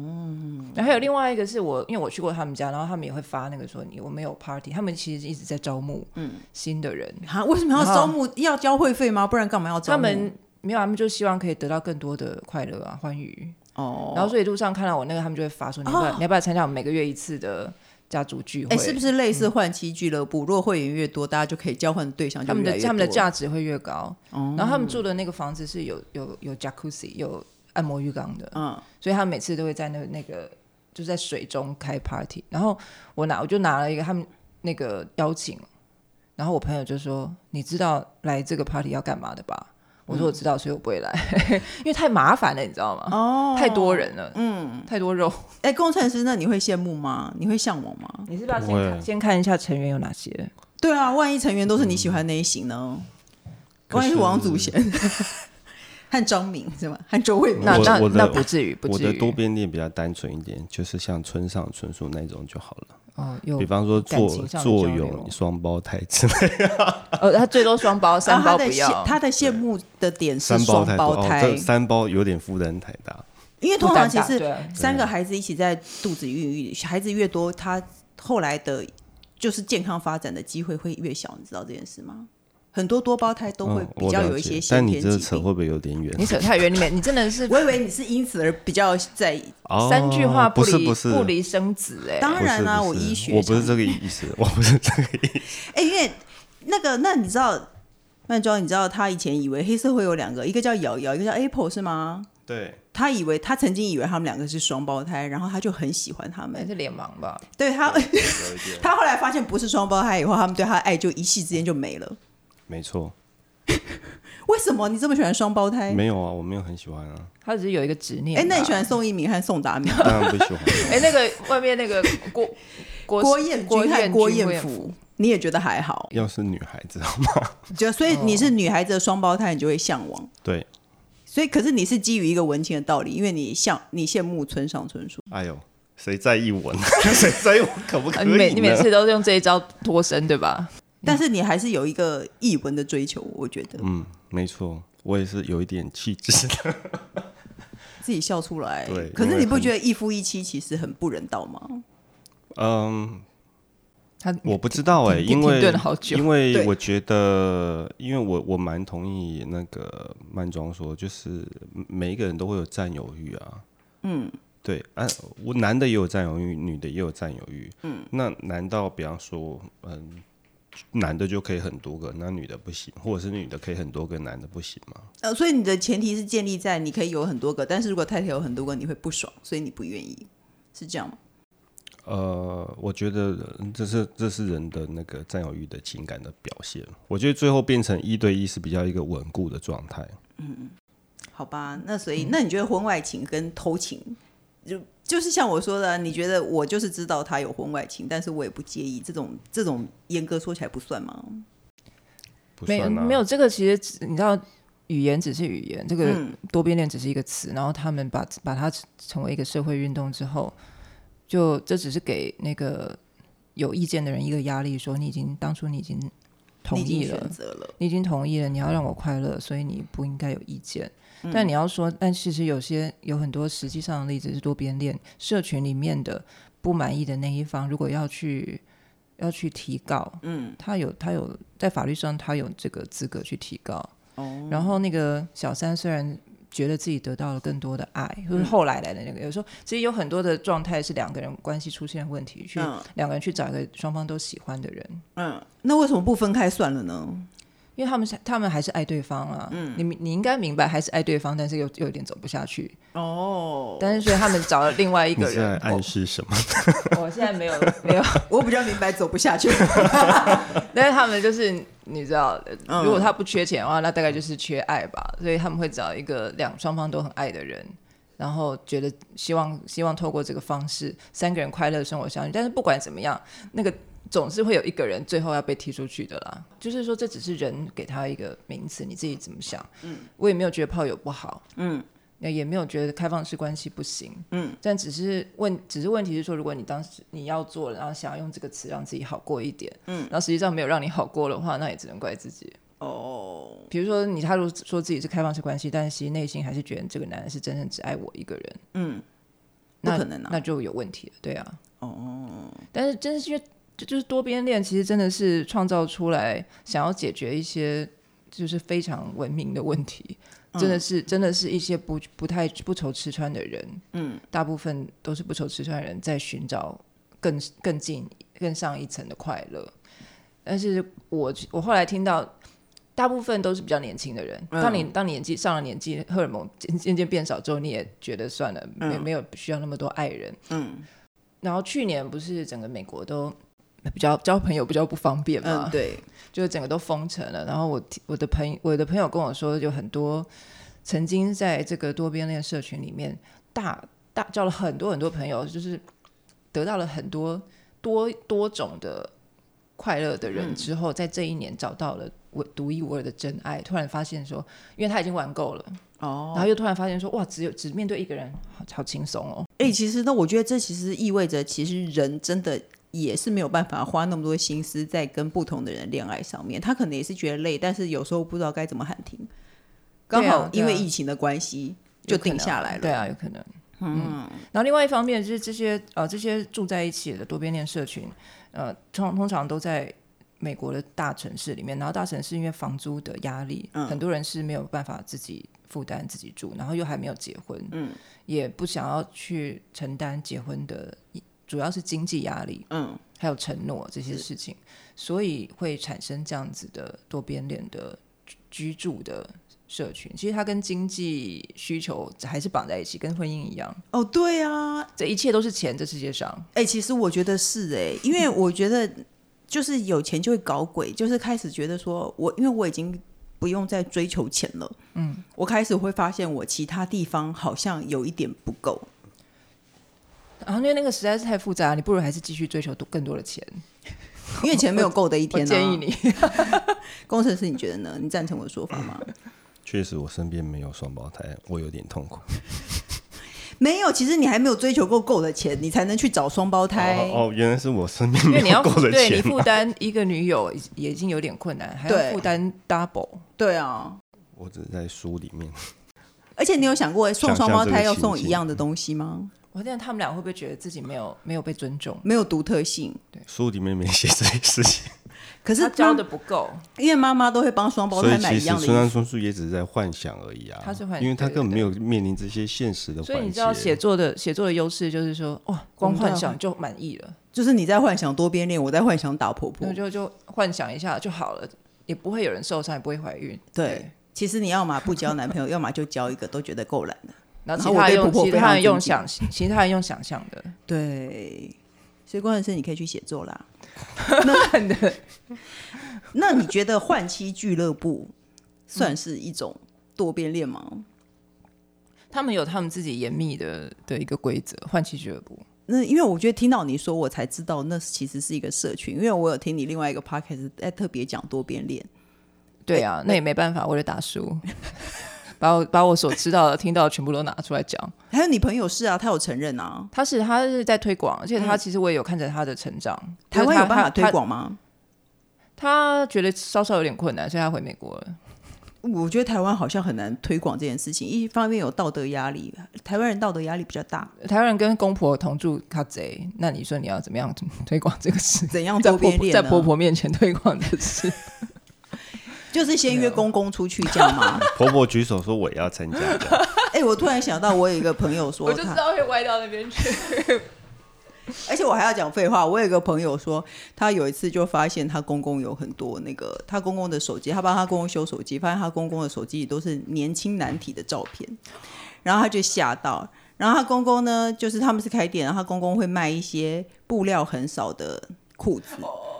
[SPEAKER 2] 然后还有另外一个是我，因为我去过他们家，然后他们也会发那个说你我们有 party，他们其实一直在招募
[SPEAKER 1] 嗯
[SPEAKER 2] 新的人，
[SPEAKER 1] 哈，为什么要招募？要交会费吗？不然干嘛要招募？
[SPEAKER 2] 他们没有，他们就希望可以得到更多的快乐啊，欢愉。
[SPEAKER 1] 哦，
[SPEAKER 2] 然后所以路上看到我那个，他们就会发说你要不要、你要不要参加我们每个月一次的家族聚会？
[SPEAKER 1] 哎，是不是类似换妻俱乐部？如果会员越多，大家就可以交换的对象就
[SPEAKER 2] 他们
[SPEAKER 1] 越来
[SPEAKER 2] 的
[SPEAKER 1] 越
[SPEAKER 2] 他们的
[SPEAKER 1] 多哦
[SPEAKER 2] 价值会越高。然后他们住的那个房子是有有有 jacuzzi 有按摩浴缸的，
[SPEAKER 1] 嗯
[SPEAKER 2] 所以他们每次都会在那那个就在水中开 party。然后我拿我就拿了一个他们那个邀请，然后我朋友就说：“你知道来这个 party 要干嘛的吧？”我说：“我知道，所以我不会来， 因为太麻烦了，你知道吗？
[SPEAKER 1] 哦，
[SPEAKER 2] 太多人了，嗯，太多肉。
[SPEAKER 1] 哎，工程师，那你会羡慕吗？你会向往吗？
[SPEAKER 2] 你是不是要
[SPEAKER 3] 先看
[SPEAKER 2] 先先看一下成员有哪些？
[SPEAKER 1] 对啊，万一成员都是你喜欢那一型呢？万嗯一是王祖 贤和张敏是吗？和周慧敏啊
[SPEAKER 2] 那
[SPEAKER 3] 我
[SPEAKER 2] 那
[SPEAKER 3] 我的
[SPEAKER 2] 那不至于，不
[SPEAKER 3] 我
[SPEAKER 2] 至
[SPEAKER 3] 的
[SPEAKER 2] 于
[SPEAKER 3] 多。边恋比较单纯一点，就是像村上春树那种就好了。
[SPEAKER 2] 哦，有
[SPEAKER 3] 比方说
[SPEAKER 2] 感
[SPEAKER 3] 坐
[SPEAKER 2] 情上的
[SPEAKER 3] 坐
[SPEAKER 2] 交流
[SPEAKER 3] 拥双胞胎之类，
[SPEAKER 2] 呃，他最多双 胞，三
[SPEAKER 1] 啊
[SPEAKER 2] 胞
[SPEAKER 1] 他
[SPEAKER 2] 不
[SPEAKER 1] 的
[SPEAKER 2] 要
[SPEAKER 1] 羡。他的羡慕的点是
[SPEAKER 3] 三胞
[SPEAKER 1] 双
[SPEAKER 3] 胎
[SPEAKER 1] 胞
[SPEAKER 3] 多哦，
[SPEAKER 1] 胎
[SPEAKER 3] 这，三胞有点负担太大。
[SPEAKER 1] 因为通
[SPEAKER 2] 不
[SPEAKER 1] 常
[SPEAKER 2] 敢
[SPEAKER 1] 其
[SPEAKER 2] 打
[SPEAKER 1] 实
[SPEAKER 2] 对啊
[SPEAKER 1] 三个孩子一起在肚子孕育，孩子越多，他后来的就是健康发展的机会会越小，你知道这件事吗？很多多胞胎都会
[SPEAKER 3] 嗯
[SPEAKER 1] 比
[SPEAKER 3] 我
[SPEAKER 1] 较
[SPEAKER 3] 了
[SPEAKER 1] 有一
[SPEAKER 3] 解
[SPEAKER 1] 些先
[SPEAKER 3] 但你
[SPEAKER 1] 天
[SPEAKER 3] 这
[SPEAKER 1] 疾
[SPEAKER 3] 扯
[SPEAKER 1] 病。
[SPEAKER 3] 会不会有点远？
[SPEAKER 2] 你扯太远，你没你真的是
[SPEAKER 1] 我以为你是因此而比较在意，
[SPEAKER 3] 哦
[SPEAKER 2] 三句话
[SPEAKER 3] 不
[SPEAKER 2] 离
[SPEAKER 3] 是
[SPEAKER 2] 不
[SPEAKER 3] 不是
[SPEAKER 2] 离生子哎、
[SPEAKER 1] 当
[SPEAKER 3] 不是
[SPEAKER 1] 然啦、
[SPEAKER 3] 不
[SPEAKER 1] 我
[SPEAKER 3] 是
[SPEAKER 1] 医学
[SPEAKER 3] 我不是
[SPEAKER 1] 上
[SPEAKER 3] 这个意思， 我不是这个意思。
[SPEAKER 1] 哎、因为那个，那你知道曼庄？你知道他以前以为黑社会有两个，一个叫瑶瑶，一个叫 Apple 是吗？
[SPEAKER 3] 对，
[SPEAKER 1] 他以为他曾经以为他们两个是双胞胎，然后他就很喜欢他
[SPEAKER 2] 还
[SPEAKER 1] 们。
[SPEAKER 2] 是脸盲吧？
[SPEAKER 1] 对他，
[SPEAKER 3] 有一点，
[SPEAKER 1] 他后来发现不是双胞胎以后，他们对他的爱就一夕之间就没了。
[SPEAKER 3] 没错，
[SPEAKER 1] 为什么你这么喜欢双胞胎？
[SPEAKER 3] 没有啊，我没有很喜欢啊，
[SPEAKER 2] 他只是有一个执念、
[SPEAKER 1] 哎、
[SPEAKER 2] 啊。
[SPEAKER 1] 那你喜欢宋一鸣和宋达明、
[SPEAKER 3] 当然不喜欢啊。
[SPEAKER 2] 哎、那个外面那个郭郭
[SPEAKER 1] 郭彦
[SPEAKER 2] 郭
[SPEAKER 1] 均和
[SPEAKER 2] 彦
[SPEAKER 1] 郭
[SPEAKER 2] 均
[SPEAKER 1] 彦甫？你也觉得还好？
[SPEAKER 3] 要是女孩子哦好吗？
[SPEAKER 1] 就所以你是女孩子的双胞胎，你就会向往。
[SPEAKER 3] 对，
[SPEAKER 1] 所以，可是你是基于一个文青的道理，因为你向你羡慕村上春树。
[SPEAKER 3] 哎呦， 谁在意我呢？谁在意我可不
[SPEAKER 2] 啊
[SPEAKER 3] 可以
[SPEAKER 2] 你
[SPEAKER 1] 呃
[SPEAKER 3] 呢？
[SPEAKER 2] 每你每次都是用这一招脱身对吧？
[SPEAKER 1] 但是你还是有一个译文的追求，我觉得、
[SPEAKER 3] 嗯，没错，我也是有一点气质的。
[SPEAKER 1] 自己笑出来
[SPEAKER 3] 对。
[SPEAKER 1] 可
[SPEAKER 3] 因
[SPEAKER 1] 是
[SPEAKER 3] 为
[SPEAKER 1] 你不
[SPEAKER 3] 很
[SPEAKER 1] 觉得一夫一妻其实很不人道吗？
[SPEAKER 3] 嗯，
[SPEAKER 2] 他
[SPEAKER 3] 我不知道哎、
[SPEAKER 2] 停
[SPEAKER 3] 因为
[SPEAKER 2] 停顿了好久
[SPEAKER 3] 因为
[SPEAKER 1] 对
[SPEAKER 3] 我觉得，因为我我蛮同意那个曼庄说，就是每一个人都会有占有欲啊。嗯，对啊，我男的也有占有欲，女的也有占有欲。嗯，那难道比方说，嗯，男的就可以很多个，那女的不行，或者是女的可以很多个，男的不行吗？
[SPEAKER 1] 呃，所以你的前提是建立在你可以有很多个，但是如果太太有很多个，你会不爽，所以你不愿意，是这样吗？
[SPEAKER 3] 呃，我觉得呃这是这是人的那个占有欲的情感的表现。我觉得最后变成一对一是比较一个稳固的状态。
[SPEAKER 1] 好吧，那所以
[SPEAKER 3] 嗯
[SPEAKER 1] 那你觉得婚外情跟偷情，就就是像我说的啊，你觉得我就是知道他有婚外情，但是我也不介意，这种这种严格说起来不算吗？
[SPEAKER 3] 不
[SPEAKER 2] 没
[SPEAKER 3] 算啊
[SPEAKER 2] 没有这个，其实只你知道，语言只是语言，这个
[SPEAKER 1] 嗯
[SPEAKER 2] 多边恋只是一个词，然后他们把把它成为一个社会运动之后，就这只是给那个有意见的人一个压力，说你已经当初你已经同
[SPEAKER 1] 你已经
[SPEAKER 2] 意了，
[SPEAKER 1] 选择了，
[SPEAKER 2] 你已经同意了，你要让我快乐，所以你不应该有意见。但你要说，但其实有些有很多实际上的例子是多边恋，社群里面的不满意的那一方，如果要去要去提告，嗯，他有他有在法律上他有这个资格去提告。哦，然后那个小三虽然觉得自己得到了更多的爱，就是后来来的那个，有时候其实有很多的状态是两个人关系出现问题，去、
[SPEAKER 1] 嗯
[SPEAKER 2] 两个人去找一个双方都喜欢的人，
[SPEAKER 1] 嗯，那为什么不分开算了呢？
[SPEAKER 2] 因为他们是他们还是爱对方啊，你明你应该明白还是爱对方，但是又又有点走不下去，
[SPEAKER 1] 哦，
[SPEAKER 2] 但是所以他们找了另外一
[SPEAKER 3] 你
[SPEAKER 2] 个
[SPEAKER 3] 是在
[SPEAKER 2] 人，哦
[SPEAKER 3] 暗示什么？
[SPEAKER 2] 我我现在没有没有，
[SPEAKER 1] 我比较明白走不下去。
[SPEAKER 2] 但是他们就是你知道，
[SPEAKER 1] 嗯
[SPEAKER 2] 如果他不缺钱的话，那大概就是缺爱吧，所以他们会找一个两双方都很爱的人，然后觉得希望希望透过这个方式三个人快乐地生活下去，但是不管怎么样，那个。总是会有一个人最后要被踢出去的啦，就是说这只是人给他一个名词，你自己怎么想？嗯，我也没有觉得炮友不好，
[SPEAKER 1] 嗯，
[SPEAKER 2] 那也没有觉得开放式关系不行，
[SPEAKER 1] 嗯，
[SPEAKER 2] 但只是问，只是问题是说，如果你当时你要做，然后想要用这个词让自己好过一点，嗯，然后实际上没有让你好过的话，那也只能怪自己。
[SPEAKER 1] 哦，
[SPEAKER 2] 比如说你他如果说自己是开放式关系，但是其实内心还是觉得这个男人是真正只爱我一个人，
[SPEAKER 1] 嗯，不
[SPEAKER 2] 那
[SPEAKER 1] 可能啊
[SPEAKER 2] 那就有问题了，对啊，哦，但是真的是因为就就是多边恋，其实真的是创造出来想要解决一些就是非常文明的问题，真
[SPEAKER 1] 嗯
[SPEAKER 2] 的是真的是一些不不太不愁吃穿的人，嗯，大部分都是不愁吃穿的人在寻找更更进更上一层的快乐，但是我我后来听到。大部分都是比较年轻的人。
[SPEAKER 1] 嗯
[SPEAKER 2] 当你当你年纪上了年纪，荷尔蒙渐渐渐变少之后，你也觉得算了，没、
[SPEAKER 1] 嗯
[SPEAKER 2] 没有需要那么多爱人。
[SPEAKER 1] 嗯
[SPEAKER 2] 然后去年不是整个美国都比较交朋友比较不方便嘛，
[SPEAKER 1] 嗯，对，
[SPEAKER 2] 就是整个都封城了。然后我我的朋我的朋友跟我说，有很多曾经在这个多边恋社群里面大大交了很多很多朋友，就是得到了很多多多种的快乐的人之后，在这一年找到了我独一无二的真爱，突然发现说，因为他已经玩够了，
[SPEAKER 1] 哦，
[SPEAKER 2] 然后又突然发现说，哇，只有只面对一个人，好好轻松哦。
[SPEAKER 1] 哎、其实呢，我觉得这其实意味着，其实人真的也是没有办法花那么多心思在跟不同的人恋爱上面。他可能也是觉得累，但是有时候不知道该怎么喊停。刚
[SPEAKER 2] 对啊
[SPEAKER 1] 好因
[SPEAKER 2] 对
[SPEAKER 1] 为
[SPEAKER 2] 啊
[SPEAKER 1] 疫情的关系，就
[SPEAKER 2] 有可能
[SPEAKER 1] 定下来了。
[SPEAKER 2] 对啊，有可能。嗯，然后另外一方面就是这些呃，这些住在一起的多边恋社群，呃，通通常都在美国的大城市里面。然后大城市因为房租的压力，
[SPEAKER 1] 嗯
[SPEAKER 2] 很多人是没有办法自己负担自己住，然后又还没有结婚，嗯，也不想要去承担结婚的，主要是经济压力，
[SPEAKER 1] 嗯，
[SPEAKER 2] 还有承诺这些事情，所以会产生这样子的多边恋的居居住的社群。其实它跟经济需求还是绑在一起，跟婚姻一样，
[SPEAKER 1] 哦，对啊，
[SPEAKER 2] 这一切都是钱，这世界上。
[SPEAKER 1] 哎、其实我觉得是哎、因
[SPEAKER 2] 嗯
[SPEAKER 1] 为我觉得就是有钱就会搞鬼，就是开始觉得说我因为我已经不用再追求钱了，嗯，我开始会发现我其他地方好像有一点不够。
[SPEAKER 2] 然后因为那个实在是太复杂，你不如还是继续追求多更多的钱。
[SPEAKER 1] 因为钱没有够的一
[SPEAKER 2] 我
[SPEAKER 1] 天、啊，
[SPEAKER 2] 建议 你，
[SPEAKER 1] 工程师，你觉得呢？你赞成我的说法吗？
[SPEAKER 3] 确实，我身边没有双胞胎，我有点痛苦。
[SPEAKER 1] 没有，其实你还没有追求够够的钱，你才能去找双胞胎。
[SPEAKER 3] 哦，哦原来是我身边
[SPEAKER 2] 因为你
[SPEAKER 3] 没有
[SPEAKER 2] 要
[SPEAKER 3] 够的
[SPEAKER 2] 对你
[SPEAKER 3] 钱
[SPEAKER 2] 负
[SPEAKER 3] 嘛。
[SPEAKER 2] 担一个女友已也已经有点困难，还
[SPEAKER 1] 对
[SPEAKER 2] 要负担 double。
[SPEAKER 1] 对啊，
[SPEAKER 3] 我只是在书里面，
[SPEAKER 1] 而且你有想过送双胞胎要送
[SPEAKER 3] 想象这个情
[SPEAKER 1] 一样的东西吗？
[SPEAKER 2] 我这样他们俩会不会觉得自己没有没有被尊重？
[SPEAKER 1] 没有独特性。
[SPEAKER 3] 书里面没写这些事情，
[SPEAKER 1] 可是
[SPEAKER 2] 他教
[SPEAKER 1] 妈
[SPEAKER 2] 的，不够，
[SPEAKER 1] 因为妈妈都会帮双胞
[SPEAKER 3] 所
[SPEAKER 1] 胎
[SPEAKER 3] 以
[SPEAKER 1] 买
[SPEAKER 3] 其
[SPEAKER 1] 一
[SPEAKER 3] 实
[SPEAKER 1] 样的
[SPEAKER 3] 村上
[SPEAKER 1] 衣服。
[SPEAKER 3] 春树也只是在幻想而已啊。
[SPEAKER 2] 他是幻
[SPEAKER 3] 因为他
[SPEAKER 2] 对对
[SPEAKER 3] 根本没有面临这些现实的环节。
[SPEAKER 2] 所以你知道写作的写作的优势就是说，哇，光幻想就满意了，
[SPEAKER 1] 就是你在幻想多边恋，我在幻想打婆婆
[SPEAKER 2] 那。就就幻想一下就好了，也不会有人受伤，也不会怀孕。
[SPEAKER 1] 对，其实你要嘛不交男朋友，要么就交一个，都觉得够懒了。
[SPEAKER 2] 然后
[SPEAKER 1] 然后我
[SPEAKER 2] 其他
[SPEAKER 1] 对
[SPEAKER 2] 人用
[SPEAKER 1] 婆婆
[SPEAKER 2] 其
[SPEAKER 1] 非常
[SPEAKER 2] 他人用
[SPEAKER 1] 尊敬
[SPEAKER 2] 想，其他人用想象的。
[SPEAKER 1] 对，所以关键是你可以去写作 啦。
[SPEAKER 2] 看的
[SPEAKER 1] 那你觉得换妻俱乐部算是一种多边恋吗？
[SPEAKER 2] 他们有他们自己严密的的一个规则，换妻俱乐部。
[SPEAKER 1] 那因为我觉得听到你说，我才知道那其实是一个社群，因为我有听你另外一个 podcast 在特别讲多边恋，
[SPEAKER 2] 对啊，那也没办法，为了打书， 把我把我所知道的、听到的全部都拿出来讲。
[SPEAKER 1] 还有你朋友是啊，他有承认啊，
[SPEAKER 2] 他是他是在推广，而且他其实我也有看着他的成长。
[SPEAKER 1] 台
[SPEAKER 2] 就
[SPEAKER 1] 湾
[SPEAKER 2] 是他
[SPEAKER 1] 有办法推？
[SPEAKER 2] 他
[SPEAKER 1] 广吗？
[SPEAKER 2] 他他觉得稍稍有点困难，所以他回美国了。
[SPEAKER 1] 我觉得台湾好像很难推广这件事情，一方面有道德压力，台湾人道德压力比较大，
[SPEAKER 2] 台湾人跟公婆同住，他贼。那你说你要怎么样推广这个事？
[SPEAKER 1] 怎样
[SPEAKER 2] 在
[SPEAKER 1] 多
[SPEAKER 2] 婆
[SPEAKER 1] 边
[SPEAKER 2] 婆
[SPEAKER 1] 恋
[SPEAKER 2] 在
[SPEAKER 1] 呢？
[SPEAKER 2] 婆婆面前推广这事，
[SPEAKER 1] 就是先约公公出去这样吗？
[SPEAKER 3] 婆婆举手说我也要参加这 样，
[SPEAKER 1] 哎、我突然想到，我有一个朋友说
[SPEAKER 2] 我就知
[SPEAKER 1] 他，
[SPEAKER 2] 道会歪到那边去。
[SPEAKER 1] 而且我还要讲废话。我有一个朋友说，他有一次就发现他公公有很多那个他公公的手机，他帮他公公修手机，发现他公公的手机里都是年轻男体的照片，然后他就吓到。然后他公公呢，就是他们是开店，然后他公公会卖一些布料很少的裤子。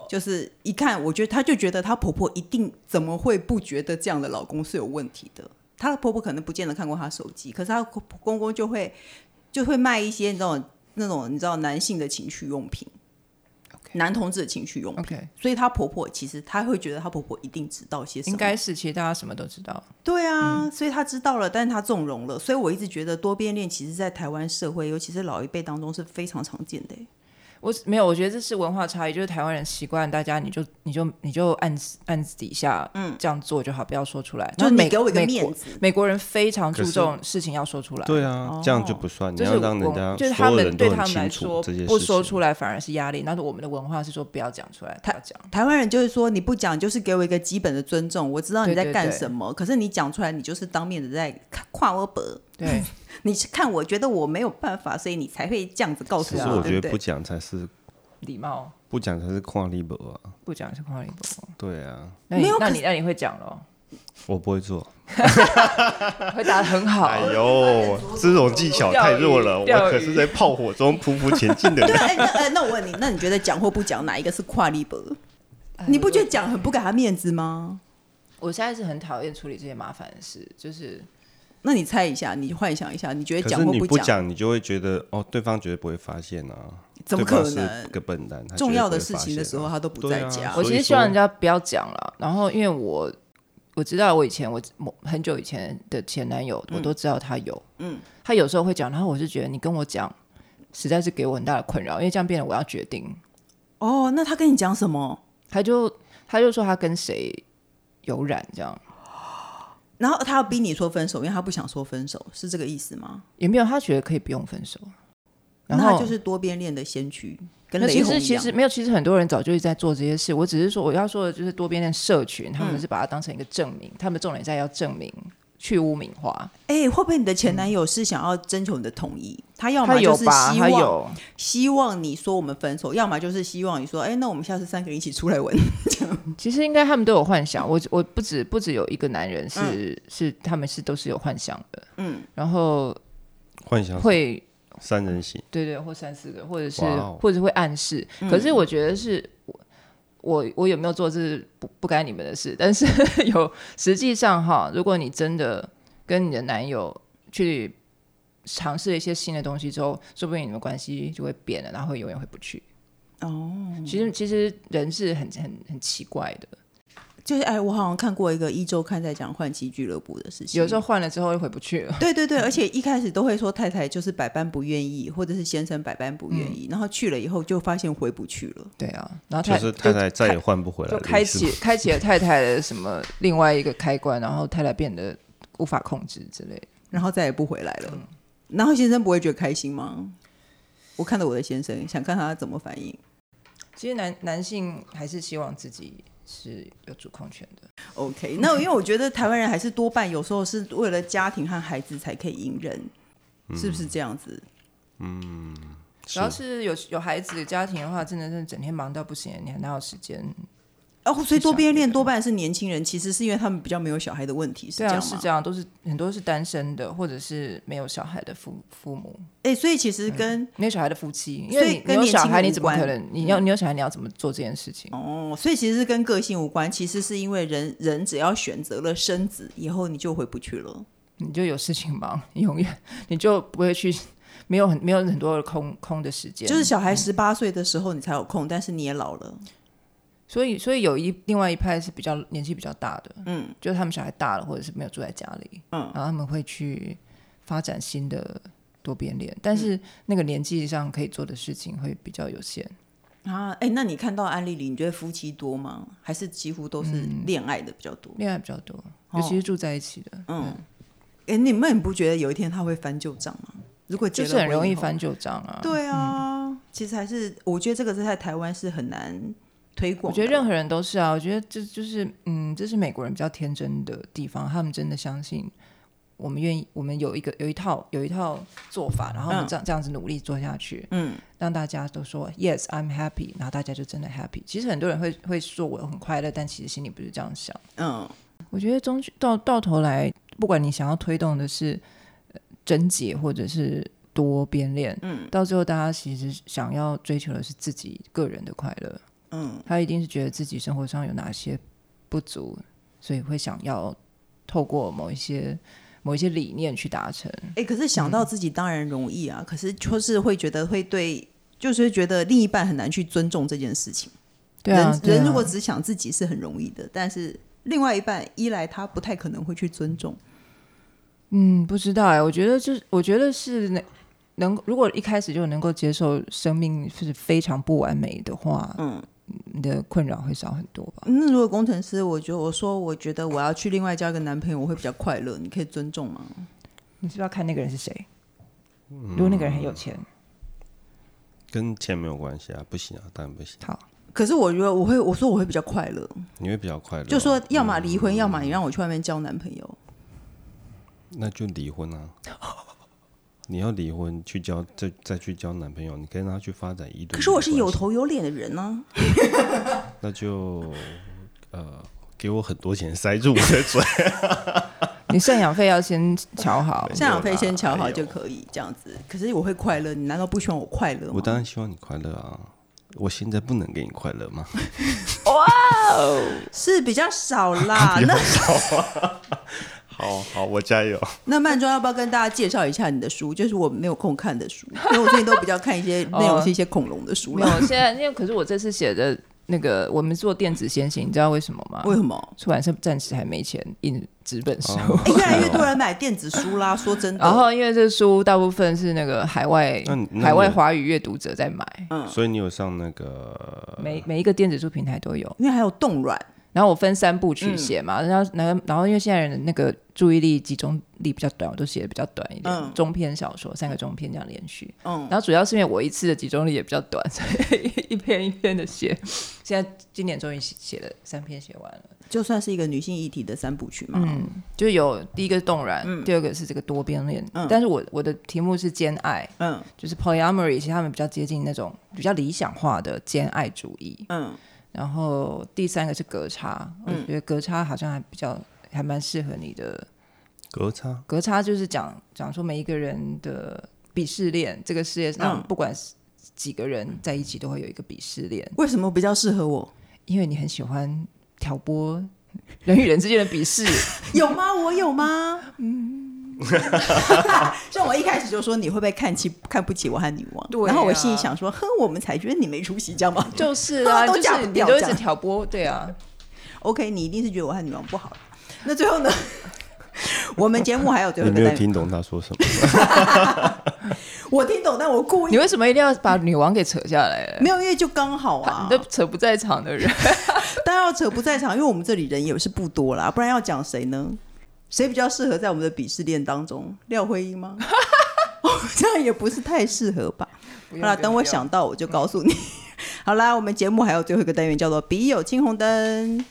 [SPEAKER 1] 就是一看，我觉得她就觉得她婆婆一定怎么会不觉得这样的老公是有问题的？她的婆婆可能不见得看过她手机，可是她公公就会就会卖一些那种那种你知道男性的情趣用品男同志的情趣用品。
[SPEAKER 2] OK，
[SPEAKER 1] 所以她婆婆其实她会觉得她婆婆一定知道些什么，
[SPEAKER 2] 应该是其实大家什么都知道。
[SPEAKER 1] 对啊，所以她知道了，但是她纵容了。所以我一直觉得多边恋其实，在台湾社会，尤其是老一辈当中是非常常见的欸。
[SPEAKER 2] 我没有，我觉得这是文化差异，就是台湾人习惯大家你就你就你就暗暗底下嗯这样做就好，不要说出来。
[SPEAKER 1] 就是
[SPEAKER 2] 然后
[SPEAKER 1] 你
[SPEAKER 2] 美
[SPEAKER 1] 给我一个
[SPEAKER 2] 美
[SPEAKER 1] 面
[SPEAKER 2] 国
[SPEAKER 1] 子，
[SPEAKER 2] 美国人非常注
[SPEAKER 3] 可是
[SPEAKER 2] 重事情要说出来，
[SPEAKER 3] 对啊，这样就不算，你
[SPEAKER 2] 哦就是
[SPEAKER 3] 要让人
[SPEAKER 2] 文
[SPEAKER 3] 家
[SPEAKER 2] 就是
[SPEAKER 3] 所
[SPEAKER 2] 他
[SPEAKER 3] 有
[SPEAKER 2] 们
[SPEAKER 3] 人都
[SPEAKER 2] 对他
[SPEAKER 3] 很
[SPEAKER 2] 们来
[SPEAKER 3] 清
[SPEAKER 2] 说
[SPEAKER 3] 楚这些事
[SPEAKER 2] 不
[SPEAKER 3] 情。
[SPEAKER 2] 说出来反而是压力，那我们的文化是说不要讲出来，不要讲。
[SPEAKER 1] 台湾人就是说，你不讲就是给我一个基本的尊重，我知道你在
[SPEAKER 2] 对对
[SPEAKER 1] 干
[SPEAKER 2] 对
[SPEAKER 1] 什么。可是你讲出来，你就是当面的在看跨我本，
[SPEAKER 2] 对，
[SPEAKER 1] 你是看我觉得我没有办法，所以你才会这样子告诉
[SPEAKER 3] 其
[SPEAKER 1] 我，
[SPEAKER 3] 实
[SPEAKER 2] 啊
[SPEAKER 3] 我
[SPEAKER 1] 对
[SPEAKER 3] 觉
[SPEAKER 1] 不
[SPEAKER 3] 得不
[SPEAKER 1] 对？
[SPEAKER 3] 讲才是
[SPEAKER 2] 礼貌
[SPEAKER 3] 不讲才是跨立博啊。
[SPEAKER 2] 不讲是夸你不好。
[SPEAKER 3] 对啊，
[SPEAKER 2] 那你
[SPEAKER 1] 没有
[SPEAKER 2] 那
[SPEAKER 1] 可
[SPEAKER 2] 你那你会讲咯，
[SPEAKER 3] 我不会做。
[SPEAKER 2] 回答的很好。
[SPEAKER 3] 哎呦，这种技巧太弱了，我
[SPEAKER 2] 钓鱼
[SPEAKER 3] 可是在炮火中匍匐前进的
[SPEAKER 1] 对，
[SPEAKER 3] 人。
[SPEAKER 1] 哎、那哎那我问你，那你觉得讲或不讲哪一个是跨立博？你不觉得讲很不给他面子吗？
[SPEAKER 2] 我现在是很讨厌处理这些麻烦的事，就是
[SPEAKER 1] 那你猜一下，你幻想一下，你 觉得
[SPEAKER 3] 可
[SPEAKER 1] 讲
[SPEAKER 3] 是
[SPEAKER 1] 或
[SPEAKER 3] 你
[SPEAKER 1] 讲，
[SPEAKER 3] 讲，你就会觉得哦，对方绝对不会发现啊，
[SPEAKER 1] 怎么
[SPEAKER 3] 对方
[SPEAKER 1] 可
[SPEAKER 3] 是
[SPEAKER 1] 能？
[SPEAKER 3] 个笨蛋，他绝对
[SPEAKER 1] 重要的
[SPEAKER 3] 不会
[SPEAKER 1] 事
[SPEAKER 3] 发
[SPEAKER 1] 情
[SPEAKER 3] 现
[SPEAKER 1] 的
[SPEAKER 3] 啊
[SPEAKER 1] 时候，他都不
[SPEAKER 3] 对
[SPEAKER 1] 在
[SPEAKER 3] 啊
[SPEAKER 1] 家。
[SPEAKER 2] 我
[SPEAKER 3] 所
[SPEAKER 2] 其
[SPEAKER 3] 以
[SPEAKER 2] 实希望
[SPEAKER 3] 说
[SPEAKER 2] 人家不要讲了。然后因为我我知道我以前我某很久以前的前男友，我都知道他有，嗯，他有时候会讲，然后我是觉得你跟我讲，实在是给我很大的困扰，因为这样变得我要决定。
[SPEAKER 1] 哦，那他跟你讲什么？
[SPEAKER 2] 他就他就说他跟谁有染这样。
[SPEAKER 1] 然后他要逼你说分手，因为他不想说分手，是这个意思吗？
[SPEAKER 2] 也没有，他觉得可以不用分手。然
[SPEAKER 1] 那
[SPEAKER 2] 后
[SPEAKER 1] 他就是多边恋的先驱，跟
[SPEAKER 2] 那
[SPEAKER 1] 雷
[SPEAKER 2] 其
[SPEAKER 1] 洪一
[SPEAKER 2] 实其
[SPEAKER 1] 样。
[SPEAKER 2] 实没有，其实很多人早就一直在做这些事。我只是说我要说的就是多边的社群，他们是把它当成一个证明，他们重点在要证明去污名化。
[SPEAKER 1] 哎、会不会你的前男友是想要征求你的同意？他要
[SPEAKER 2] 嗯他
[SPEAKER 1] 么
[SPEAKER 2] 有
[SPEAKER 1] 就是
[SPEAKER 2] 吧？
[SPEAKER 1] 希
[SPEAKER 2] 他
[SPEAKER 1] 望
[SPEAKER 2] 有，
[SPEAKER 1] 希望你说我们分手，要么就是希望你说，哎、那我们下次三个人一起出来玩。
[SPEAKER 2] 其实应该他们都有幻想。我我不止不止有一个男人是、是他们是都是有幻想的，嗯，然后
[SPEAKER 3] 幻想
[SPEAKER 2] 会
[SPEAKER 3] 三人行，
[SPEAKER 2] 对对，或三四个，或者是、
[SPEAKER 3] 哇哦
[SPEAKER 2] 或者会暗示。可是我觉得是我我有没有做这是不不该你们的事，但是 有实际上哈，如果你真的跟你的男友去尝试了一些新的东西之后，说不定你们关系就会变了，然后永远回不去。
[SPEAKER 1] 哦，
[SPEAKER 2] 其实其实人是很很很奇怪的，
[SPEAKER 1] 就是哎，我好像看过一个一周刊在讲换妻俱乐部的事情，
[SPEAKER 2] 有时候换了之后又回不去了。
[SPEAKER 1] 对对对，而且一开始都会说太太就是百般不愿意，或者是先生百般不愿
[SPEAKER 2] 嗯
[SPEAKER 1] 意，然后去了以后就发现回不去了。
[SPEAKER 2] 对啊，然后
[SPEAKER 3] 就
[SPEAKER 2] 太
[SPEAKER 3] 是太太再也换不回来
[SPEAKER 2] 就
[SPEAKER 3] 了，
[SPEAKER 2] 开
[SPEAKER 3] 是 吗
[SPEAKER 2] 启开启了太太的什么另外一个开关，然后太太变得无法控制之类的。
[SPEAKER 1] 然后再也不回来
[SPEAKER 2] 嗯
[SPEAKER 1] 了。然后先生不会觉得开心吗？我看到我的先生，想看他怎么反应。
[SPEAKER 2] 其实男男性还是希望自己是有主控权的。
[SPEAKER 1] OK，那 因为我觉得台湾人还是多半有时候是为了家庭和孩子才可以隐忍，
[SPEAKER 2] 嗯
[SPEAKER 1] 是不是这样子？
[SPEAKER 2] 主要是有有孩子家庭的话，真的是整天忙到不行，你还哪有时间？
[SPEAKER 1] 哦，所以多边恋多半是年轻人，其实是因为他们比较没有小孩的问题，是这
[SPEAKER 2] 对
[SPEAKER 1] 样
[SPEAKER 2] 啊，
[SPEAKER 1] 吗？
[SPEAKER 2] 是这样，都是很多是单身的，或者是没有小孩的父父母，
[SPEAKER 1] 哎、所以其
[SPEAKER 2] 嗯
[SPEAKER 1] 实跟、
[SPEAKER 2] 没有小孩的夫妻，因
[SPEAKER 1] 所以
[SPEAKER 2] 为你
[SPEAKER 1] 跟
[SPEAKER 2] 没有
[SPEAKER 1] 年轻
[SPEAKER 2] 小孩，
[SPEAKER 1] 人
[SPEAKER 2] 你
[SPEAKER 1] 无
[SPEAKER 2] 怎么
[SPEAKER 1] 关嗯
[SPEAKER 2] 可能？你要你有小孩，你要怎么做这件事情？
[SPEAKER 1] 哦，所以其实是跟个性无关，其实是因为人人只要选择了生子以后，你就回不去了。
[SPEAKER 2] 你就有事情忙，你永远你就不会去，没有很没有很多的空空的时间，
[SPEAKER 1] 就是小孩十八岁的时候你才有空，但是你也老了。
[SPEAKER 2] 所以所以有一另外一派是比较年纪比较大的，嗯，就是他们小孩大了，或者是没有住在家里，嗯，然后他们会去发展新的多边恋，但是那个年纪上可以做的事情会比较有限。
[SPEAKER 1] 啊，哎、那你看到案例里，你觉得夫妻多吗？还是几乎都是恋爱的比较多？
[SPEAKER 2] 恋爱比较多，嗯
[SPEAKER 1] 哦
[SPEAKER 2] 尤其是住在一起的，嗯，
[SPEAKER 1] 哎、你们你不觉得有一天他会翻旧账吗？如果结了
[SPEAKER 2] 就是很
[SPEAKER 1] 婚
[SPEAKER 2] 容
[SPEAKER 1] 以
[SPEAKER 2] 易
[SPEAKER 1] 后，
[SPEAKER 2] 翻旧账啊。
[SPEAKER 1] 对啊，其实还是我觉得这个是在台湾是很难推广的。
[SPEAKER 2] 我觉得任何人都是啊，我觉得这就是嗯，这是美国人比较天真的地方，他们真的相信我们愿意，我们有一个有一套有一套做法，然后我们这样、这样子努力做下去，嗯，让大家都说 yes I'm happy，然后大家就真的 happy。其实很多人会会说我很快乐，但其实心里不是这样想。
[SPEAKER 1] 嗯，
[SPEAKER 2] 我觉得终究到到头来，不管你想要推动的是呃贞洁或者是多边恋，嗯，到最后大家其实想要追求的是自己个人的快乐，嗯，他一定是觉得自己生活上有哪些不足，所以会想要透过某一些某一些理念去达成。
[SPEAKER 1] 哎、可是想
[SPEAKER 2] 嗯
[SPEAKER 1] 到自己当然容易啊，可是就是会觉得会对，就是会觉得另一半很难去尊重这件事情。
[SPEAKER 2] 对啊，
[SPEAKER 1] 人
[SPEAKER 2] 对啊
[SPEAKER 1] 人如果只想自己是很容易的，但是另外一半一来他不太可能会去尊重。
[SPEAKER 2] 嗯，不知道哎、我觉得就是，我觉得是能能，如果一开始就能够接受生命是非常不完美的话，嗯，你的困扰会少很多吧。
[SPEAKER 1] 那如果工程师，我觉得我说我觉得我要去另外交一个男朋友，我会比较快乐，你可以尊重吗？
[SPEAKER 2] 你是不是要看那个人是谁？如果那个人很有钱，
[SPEAKER 3] 跟钱没有关系啊，不行啊，当然不行，
[SPEAKER 2] 好，
[SPEAKER 1] 可是我觉得我会，我说我会比较快乐，
[SPEAKER 3] 你会比较快乐啊、
[SPEAKER 1] 就说要么离婚，要么你让我去外面交男朋友。
[SPEAKER 3] 那就离婚啊。你要离婚去交，再再去交男朋友，你可以让他去发展一对一的关系。
[SPEAKER 1] 可是我是有头有脸的人呢、。
[SPEAKER 3] 那就呃，给我很多钱塞住我的嘴。
[SPEAKER 2] 你赡养费要先瞧好
[SPEAKER 1] 赡养费先瞧好就可以这样子。可是我会快乐，你难道不希望我快乐
[SPEAKER 3] 我
[SPEAKER 1] 吗？
[SPEAKER 3] 当然希望你快乐啊！我现在不能给你快乐吗？
[SPEAKER 1] 是比较少 啦。那
[SPEAKER 3] 好 好，我加油。
[SPEAKER 1] 那曼庄要不要跟大家介绍一下你的书？就是我没有空看的书，因为我最近都比较看一些内容是一些恐龙的书
[SPEAKER 2] 没
[SPEAKER 1] 了。
[SPEAKER 2] 有，现在因为可是我这次写的那个，我们做电子先行，你知道为什么吗？
[SPEAKER 1] 为什 么？
[SPEAKER 2] 出版社暂时还没钱印纸本书。
[SPEAKER 1] 哎越来越多人买电子书啦，说真的。
[SPEAKER 2] 然后，因为这书大部分是那个海外
[SPEAKER 3] 那你那你嗯
[SPEAKER 2] 海外华语阅读者在买，
[SPEAKER 1] 嗯
[SPEAKER 3] 所以你有上那个
[SPEAKER 2] 每每一个电子书平台都有。
[SPEAKER 1] 因为还有冻卵，
[SPEAKER 2] 然后我分三部曲写嘛，
[SPEAKER 1] 嗯
[SPEAKER 2] 然后然后然后因为现在人的那个注意力集中力比较短，我都写的比较短一点，
[SPEAKER 1] 嗯
[SPEAKER 2] 中篇小说三个中篇这样连续。
[SPEAKER 1] 嗯
[SPEAKER 2] 然后主要是因为我一次的集中力也比较短， 所以一篇一篇的写。现在今年终于写写了三篇写完了，
[SPEAKER 1] 就算是一个女性议题的三部曲嘛。
[SPEAKER 2] 嗯，就有第一个是动然，
[SPEAKER 1] 嗯
[SPEAKER 2] 第二个是这个多边恋，但是我我的题目是兼爱，
[SPEAKER 1] 嗯
[SPEAKER 2] 就是 polyamory，其实他们比较接近那种比较理想化的兼爱主义，
[SPEAKER 1] 嗯
[SPEAKER 2] 然后第三个是隔差，我觉得隔差好像还比较还蛮适合你的。
[SPEAKER 3] 隔差，
[SPEAKER 2] 隔差就是讲讲说每一个人的鄙视链，这个世界上
[SPEAKER 1] 嗯
[SPEAKER 2] 不管是几个人在一起都会有一个鄙视链，
[SPEAKER 1] 为什么比较适合我？
[SPEAKER 2] 因为你很喜欢挑拨人与人之间的 鄙视。
[SPEAKER 1] 有吗？我有吗？嗯， 像我一开始就说你会不会看起看不起我和女王？
[SPEAKER 2] 对啊
[SPEAKER 1] 然后我心里想 说，哼，我们才觉得你没出息，这样吗？
[SPEAKER 2] 就是啊，
[SPEAKER 1] 都
[SPEAKER 2] 就是
[SPEAKER 1] 嫁不
[SPEAKER 2] 你
[SPEAKER 1] 掉
[SPEAKER 2] 都一
[SPEAKER 1] 这
[SPEAKER 2] 直
[SPEAKER 1] 样
[SPEAKER 2] 挑拨，对啊，
[SPEAKER 1] OK，你一定是觉得我和女王不好。那最后呢？ 我们节目还有最后
[SPEAKER 3] 你
[SPEAKER 1] 一个
[SPEAKER 3] 没有
[SPEAKER 1] 单元，
[SPEAKER 3] 听懂他说什么？
[SPEAKER 1] 我听懂，但我故意
[SPEAKER 2] 你为什么一定要把女王给扯下来了？
[SPEAKER 1] 没有，因为就刚好啊
[SPEAKER 2] 你。都扯不在场的人，
[SPEAKER 1] 当然要扯不在场，因为我们这里人也是不多啦，不然要讲谁呢？谁比较适合在我们的鄙视链当中？廖辉英吗？ 这样也不是太适合吧。好啦，等我想到我就告诉你。 好啦，我们节目还有最后一个单元叫做“笔友青红灯”，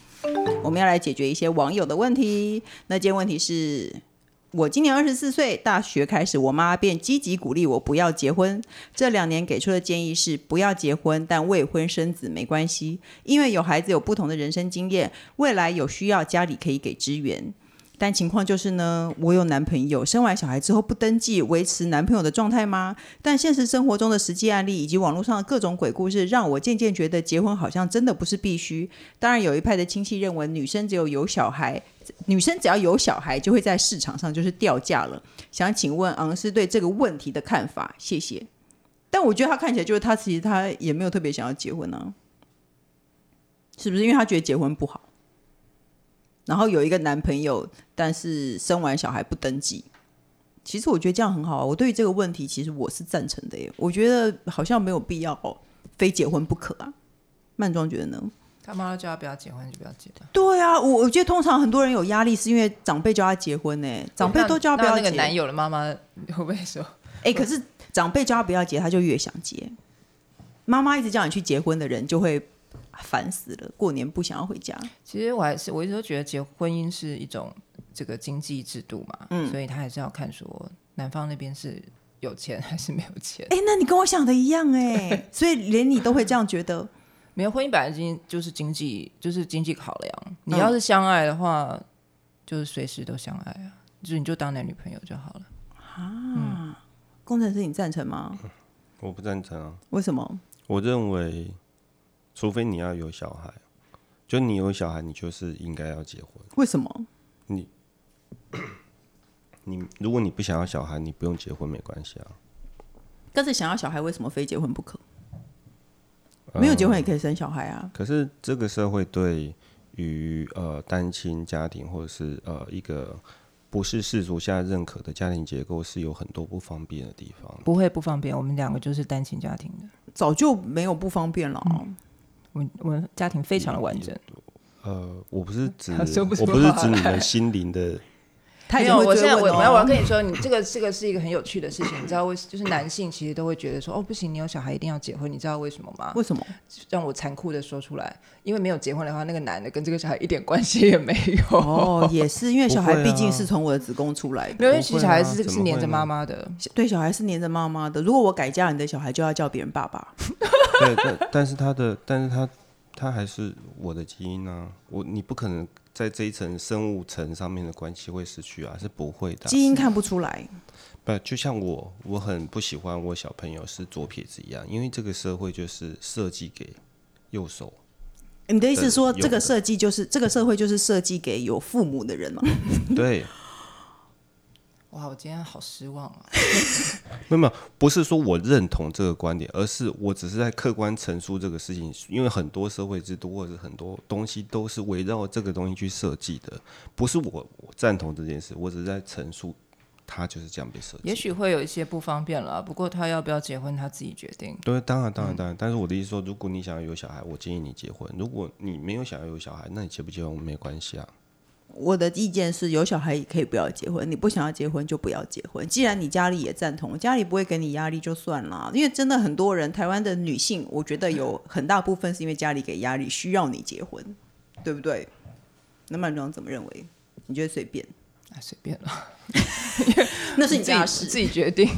[SPEAKER 1] 我们要来解决一些网友的问题。那今天问题是。我今年二十四岁，大学开始，我妈便积极鼓励我不要结婚。这两年给出的建议是不要结婚，但未婚生子没关系，因为有孩子有不同的人生经验，未来有需要家里可以给支援。但情况就是呢，我有男朋友，生完小孩之后不登记，维持男朋友的状态吗？但现实生活中的实际案例以及网络上的各种鬼故事，让我渐渐觉得结婚好像真的不是必须。当然，有一派的亲戚认为，女生只有有小孩，女生只要有小孩就会在市场上就是掉价了。想请问昂师对这个问题的看法，谢谢。但我觉得他看起来就是他其实他也没有特别想要结婚啊，是不是？因为他觉得结婚不好，然后有一个男朋友，但是生完小孩不登记。其实我觉得这样很好啊。我对于这个问题，其实我是赞成的耶。我觉得好像没有必要、哦、非结婚不可啊。曼庄觉得呢？
[SPEAKER 2] 他妈都叫他不要结婚就不要结婚，
[SPEAKER 1] 对啊，我我觉得通常很多人有压力，是因为长辈叫他结婚呢，长辈都叫他不
[SPEAKER 2] 那
[SPEAKER 1] 要
[SPEAKER 2] 那
[SPEAKER 1] 结。
[SPEAKER 2] 个男友的妈妈 会不会说？
[SPEAKER 1] 哎、可是长辈叫他不要结，他就越想结。妈妈一直叫你去结婚的人，就会烦死了。过年不想要回家，
[SPEAKER 2] 其实我还是我一直都觉得结婚姻是一种这个经济制度嘛，所以他还是要看说男方那边是有钱还是没有钱。
[SPEAKER 1] 哎、那你跟我想的一样哎、所以连你都会这样觉得。
[SPEAKER 2] 没有婚姻本来经就是经济就是经济考量，你要是相爱的话，就是随时都相爱啊，就是你就当男女朋友就好了。
[SPEAKER 1] 工程师，你赞成吗？
[SPEAKER 3] 我不赞成啊！
[SPEAKER 1] 为什么？
[SPEAKER 3] 我认为，除非你要有小孩，就你有小孩，你就是应该要结婚。
[SPEAKER 1] 为什么？
[SPEAKER 3] 你如果你不想要小孩，你不用结婚没关系啊。
[SPEAKER 1] 但是想要小孩，为什么非结婚不可？没有结婚也可以生小孩啊。
[SPEAKER 3] 可是这个社会对于呃单亲家庭或者是呃一个不是世俗下认可的家庭结构是有很多不方便的地方。
[SPEAKER 2] 不会不方便，我们两个就是单亲家庭的，
[SPEAKER 1] 早就没有不方便了啊、
[SPEAKER 2] 嗯我们我们家庭非常的完整。
[SPEAKER 3] 呃，我不是指
[SPEAKER 2] 嗯他说不出
[SPEAKER 3] 我不是
[SPEAKER 2] 话
[SPEAKER 3] 指你们心 灵的，
[SPEAKER 1] 他已
[SPEAKER 2] 没
[SPEAKER 1] 经
[SPEAKER 2] 有，
[SPEAKER 1] 会
[SPEAKER 2] 我
[SPEAKER 1] 追
[SPEAKER 2] 现在
[SPEAKER 1] 问
[SPEAKER 2] 我
[SPEAKER 1] 了
[SPEAKER 2] 没有，我要
[SPEAKER 1] 哦
[SPEAKER 2] 跟你说，你这个这个是一个很有趣的事情，你知道为就是男性其实都会觉得说，哦，不行，你有小孩一定要结婚，你知道为什么吗？
[SPEAKER 1] 为什 么？
[SPEAKER 2] 让我残酷的说出来，因为没有结婚的话，那个男的跟这个小孩一点关系也没有。
[SPEAKER 1] 哦， 也是因为小
[SPEAKER 3] 不
[SPEAKER 1] 孩
[SPEAKER 3] 会啊
[SPEAKER 1] 毕竟是从我的子宫出来的，
[SPEAKER 2] 没有，因为其实小孩是
[SPEAKER 3] 不会啊
[SPEAKER 2] 是黏着妈妈的，
[SPEAKER 1] 对，小孩是黏着妈妈的。如果我改嫁你的小孩，就要叫别人爸爸。
[SPEAKER 3] 对，但但是他的，但是他他还是我的基因啊，我你不可能在这一层生物层上面的关系会失去啊，是不会的啊。
[SPEAKER 1] 基因看不出来，
[SPEAKER 3] 不，就像我，我很不喜欢我小朋友是左撇子一样，因为这个社会就是设计给右手。
[SPEAKER 1] 你的意思是说
[SPEAKER 3] 对有
[SPEAKER 1] 这个
[SPEAKER 3] 的
[SPEAKER 1] 设计就是这个社会就是设计给有父母的人嘛？
[SPEAKER 3] 对，
[SPEAKER 2] 哇，我今天好失望啊！
[SPEAKER 3] 没有没有，不是说我认同这个观点，而是我只是在客观陈述这个事情，因为很多社会制度或者是很多东西都是围绕这个东西去设计的，不是我我赞同这件事，我只是在陈述它就是这样被设计。
[SPEAKER 2] 也许会有一些不方便了，不过他要不要结婚他自己决定。
[SPEAKER 3] 对，当然，当然，当然。但是我的意思说，如果你想要有小孩，我建议你结婚；如果你没有想要有小孩，那你结不结婚没关系啊。
[SPEAKER 1] 我的意见是，有小孩也可以不要结婚，你不想要结婚就不要结婚。既然你家里也赞同，家里不会给你压力就算啦。因为真的很多人，台湾的女性，我觉得有很大部分是因为家里给压力，需要你结婚，对不对？那曼庄怎么认为？你觉得随便？
[SPEAKER 2] 啊，随便了，
[SPEAKER 1] 那是你
[SPEAKER 2] 自
[SPEAKER 1] 家
[SPEAKER 2] 己
[SPEAKER 1] 的
[SPEAKER 2] 自
[SPEAKER 1] 事。
[SPEAKER 2] 己决定。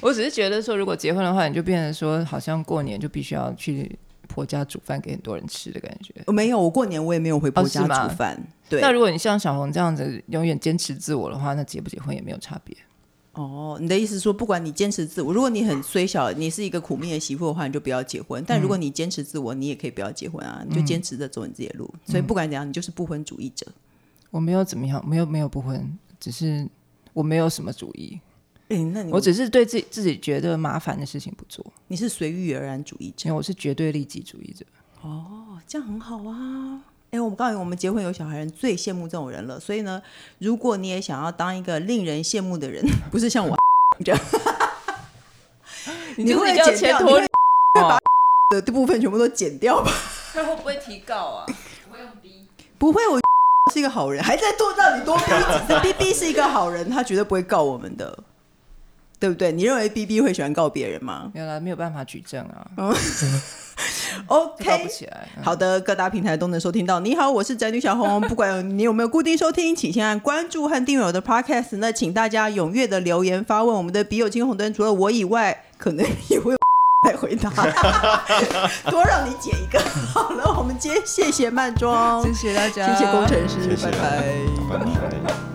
[SPEAKER 2] 我只是觉得说，如果结婚的话，你就变成说，好像过年就必须要去婆家煮饭给很多人吃的感觉。
[SPEAKER 1] 没有，我过年我也没有回婆
[SPEAKER 2] 哦
[SPEAKER 1] 家
[SPEAKER 2] 是吗
[SPEAKER 1] 煮饭。对，
[SPEAKER 2] 那如果你像小红这样子永远坚持自我的话，那结不结婚也没有差别。
[SPEAKER 1] 哦，你的意思是说，不管你坚持自我，如果你很虽小，你是一个苦命的媳妇的话，你就不要结婚；但如果你坚持自我，你也可以不要结婚啊，你就坚持着走你自己的路。所以不管怎样，你就是不婚主义者。
[SPEAKER 2] 我没有怎么样，没有没有不婚，只是我没有什么主意，
[SPEAKER 1] 哎、那你
[SPEAKER 2] 我只是对自己自己觉得麻烦的事情不做，
[SPEAKER 1] 你是随遇而安主义者
[SPEAKER 2] 因为我是绝对利己主义者。
[SPEAKER 1] 哦，这样很好啊。哎、哎，我们告诉你，我们结婚有小孩人最羡慕这种人了。所以呢，如果你也想要当一个令人羡慕的人， 不是像我这 样，
[SPEAKER 2] 你就是
[SPEAKER 1] 会
[SPEAKER 2] 要
[SPEAKER 1] 剪
[SPEAKER 2] 牵
[SPEAKER 1] 掉，你
[SPEAKER 2] 拖
[SPEAKER 1] 会 把的部分全部都剪掉吧？
[SPEAKER 2] 那会不会提告啊？
[SPEAKER 1] 不会，我 是一个好人，还在多让你多逼几次。B B 是一个好人，他绝对不会告我们的，对不对？你认为 B B 会喜欢告别人吗
[SPEAKER 2] 没有啦，没有办法举证啊，告不
[SPEAKER 1] ？OK，
[SPEAKER 2] 起来。嗯
[SPEAKER 1] 好的，各大平台都能收听到。你好，我是宅女小 红。不管你有没有固定收听，请先按关注和订阅我的 Podcast。那请大家踊跃的留言发问。我们的笔友青红灯除了我以外，可能也会有 来回答，多让你剪一个。好了，我们今天谢谢曼庄，
[SPEAKER 2] 谢谢大家，
[SPEAKER 1] 谢谢工程师，
[SPEAKER 3] 谢
[SPEAKER 1] 拜
[SPEAKER 3] 谢
[SPEAKER 1] 拜。
[SPEAKER 3] 拜拜。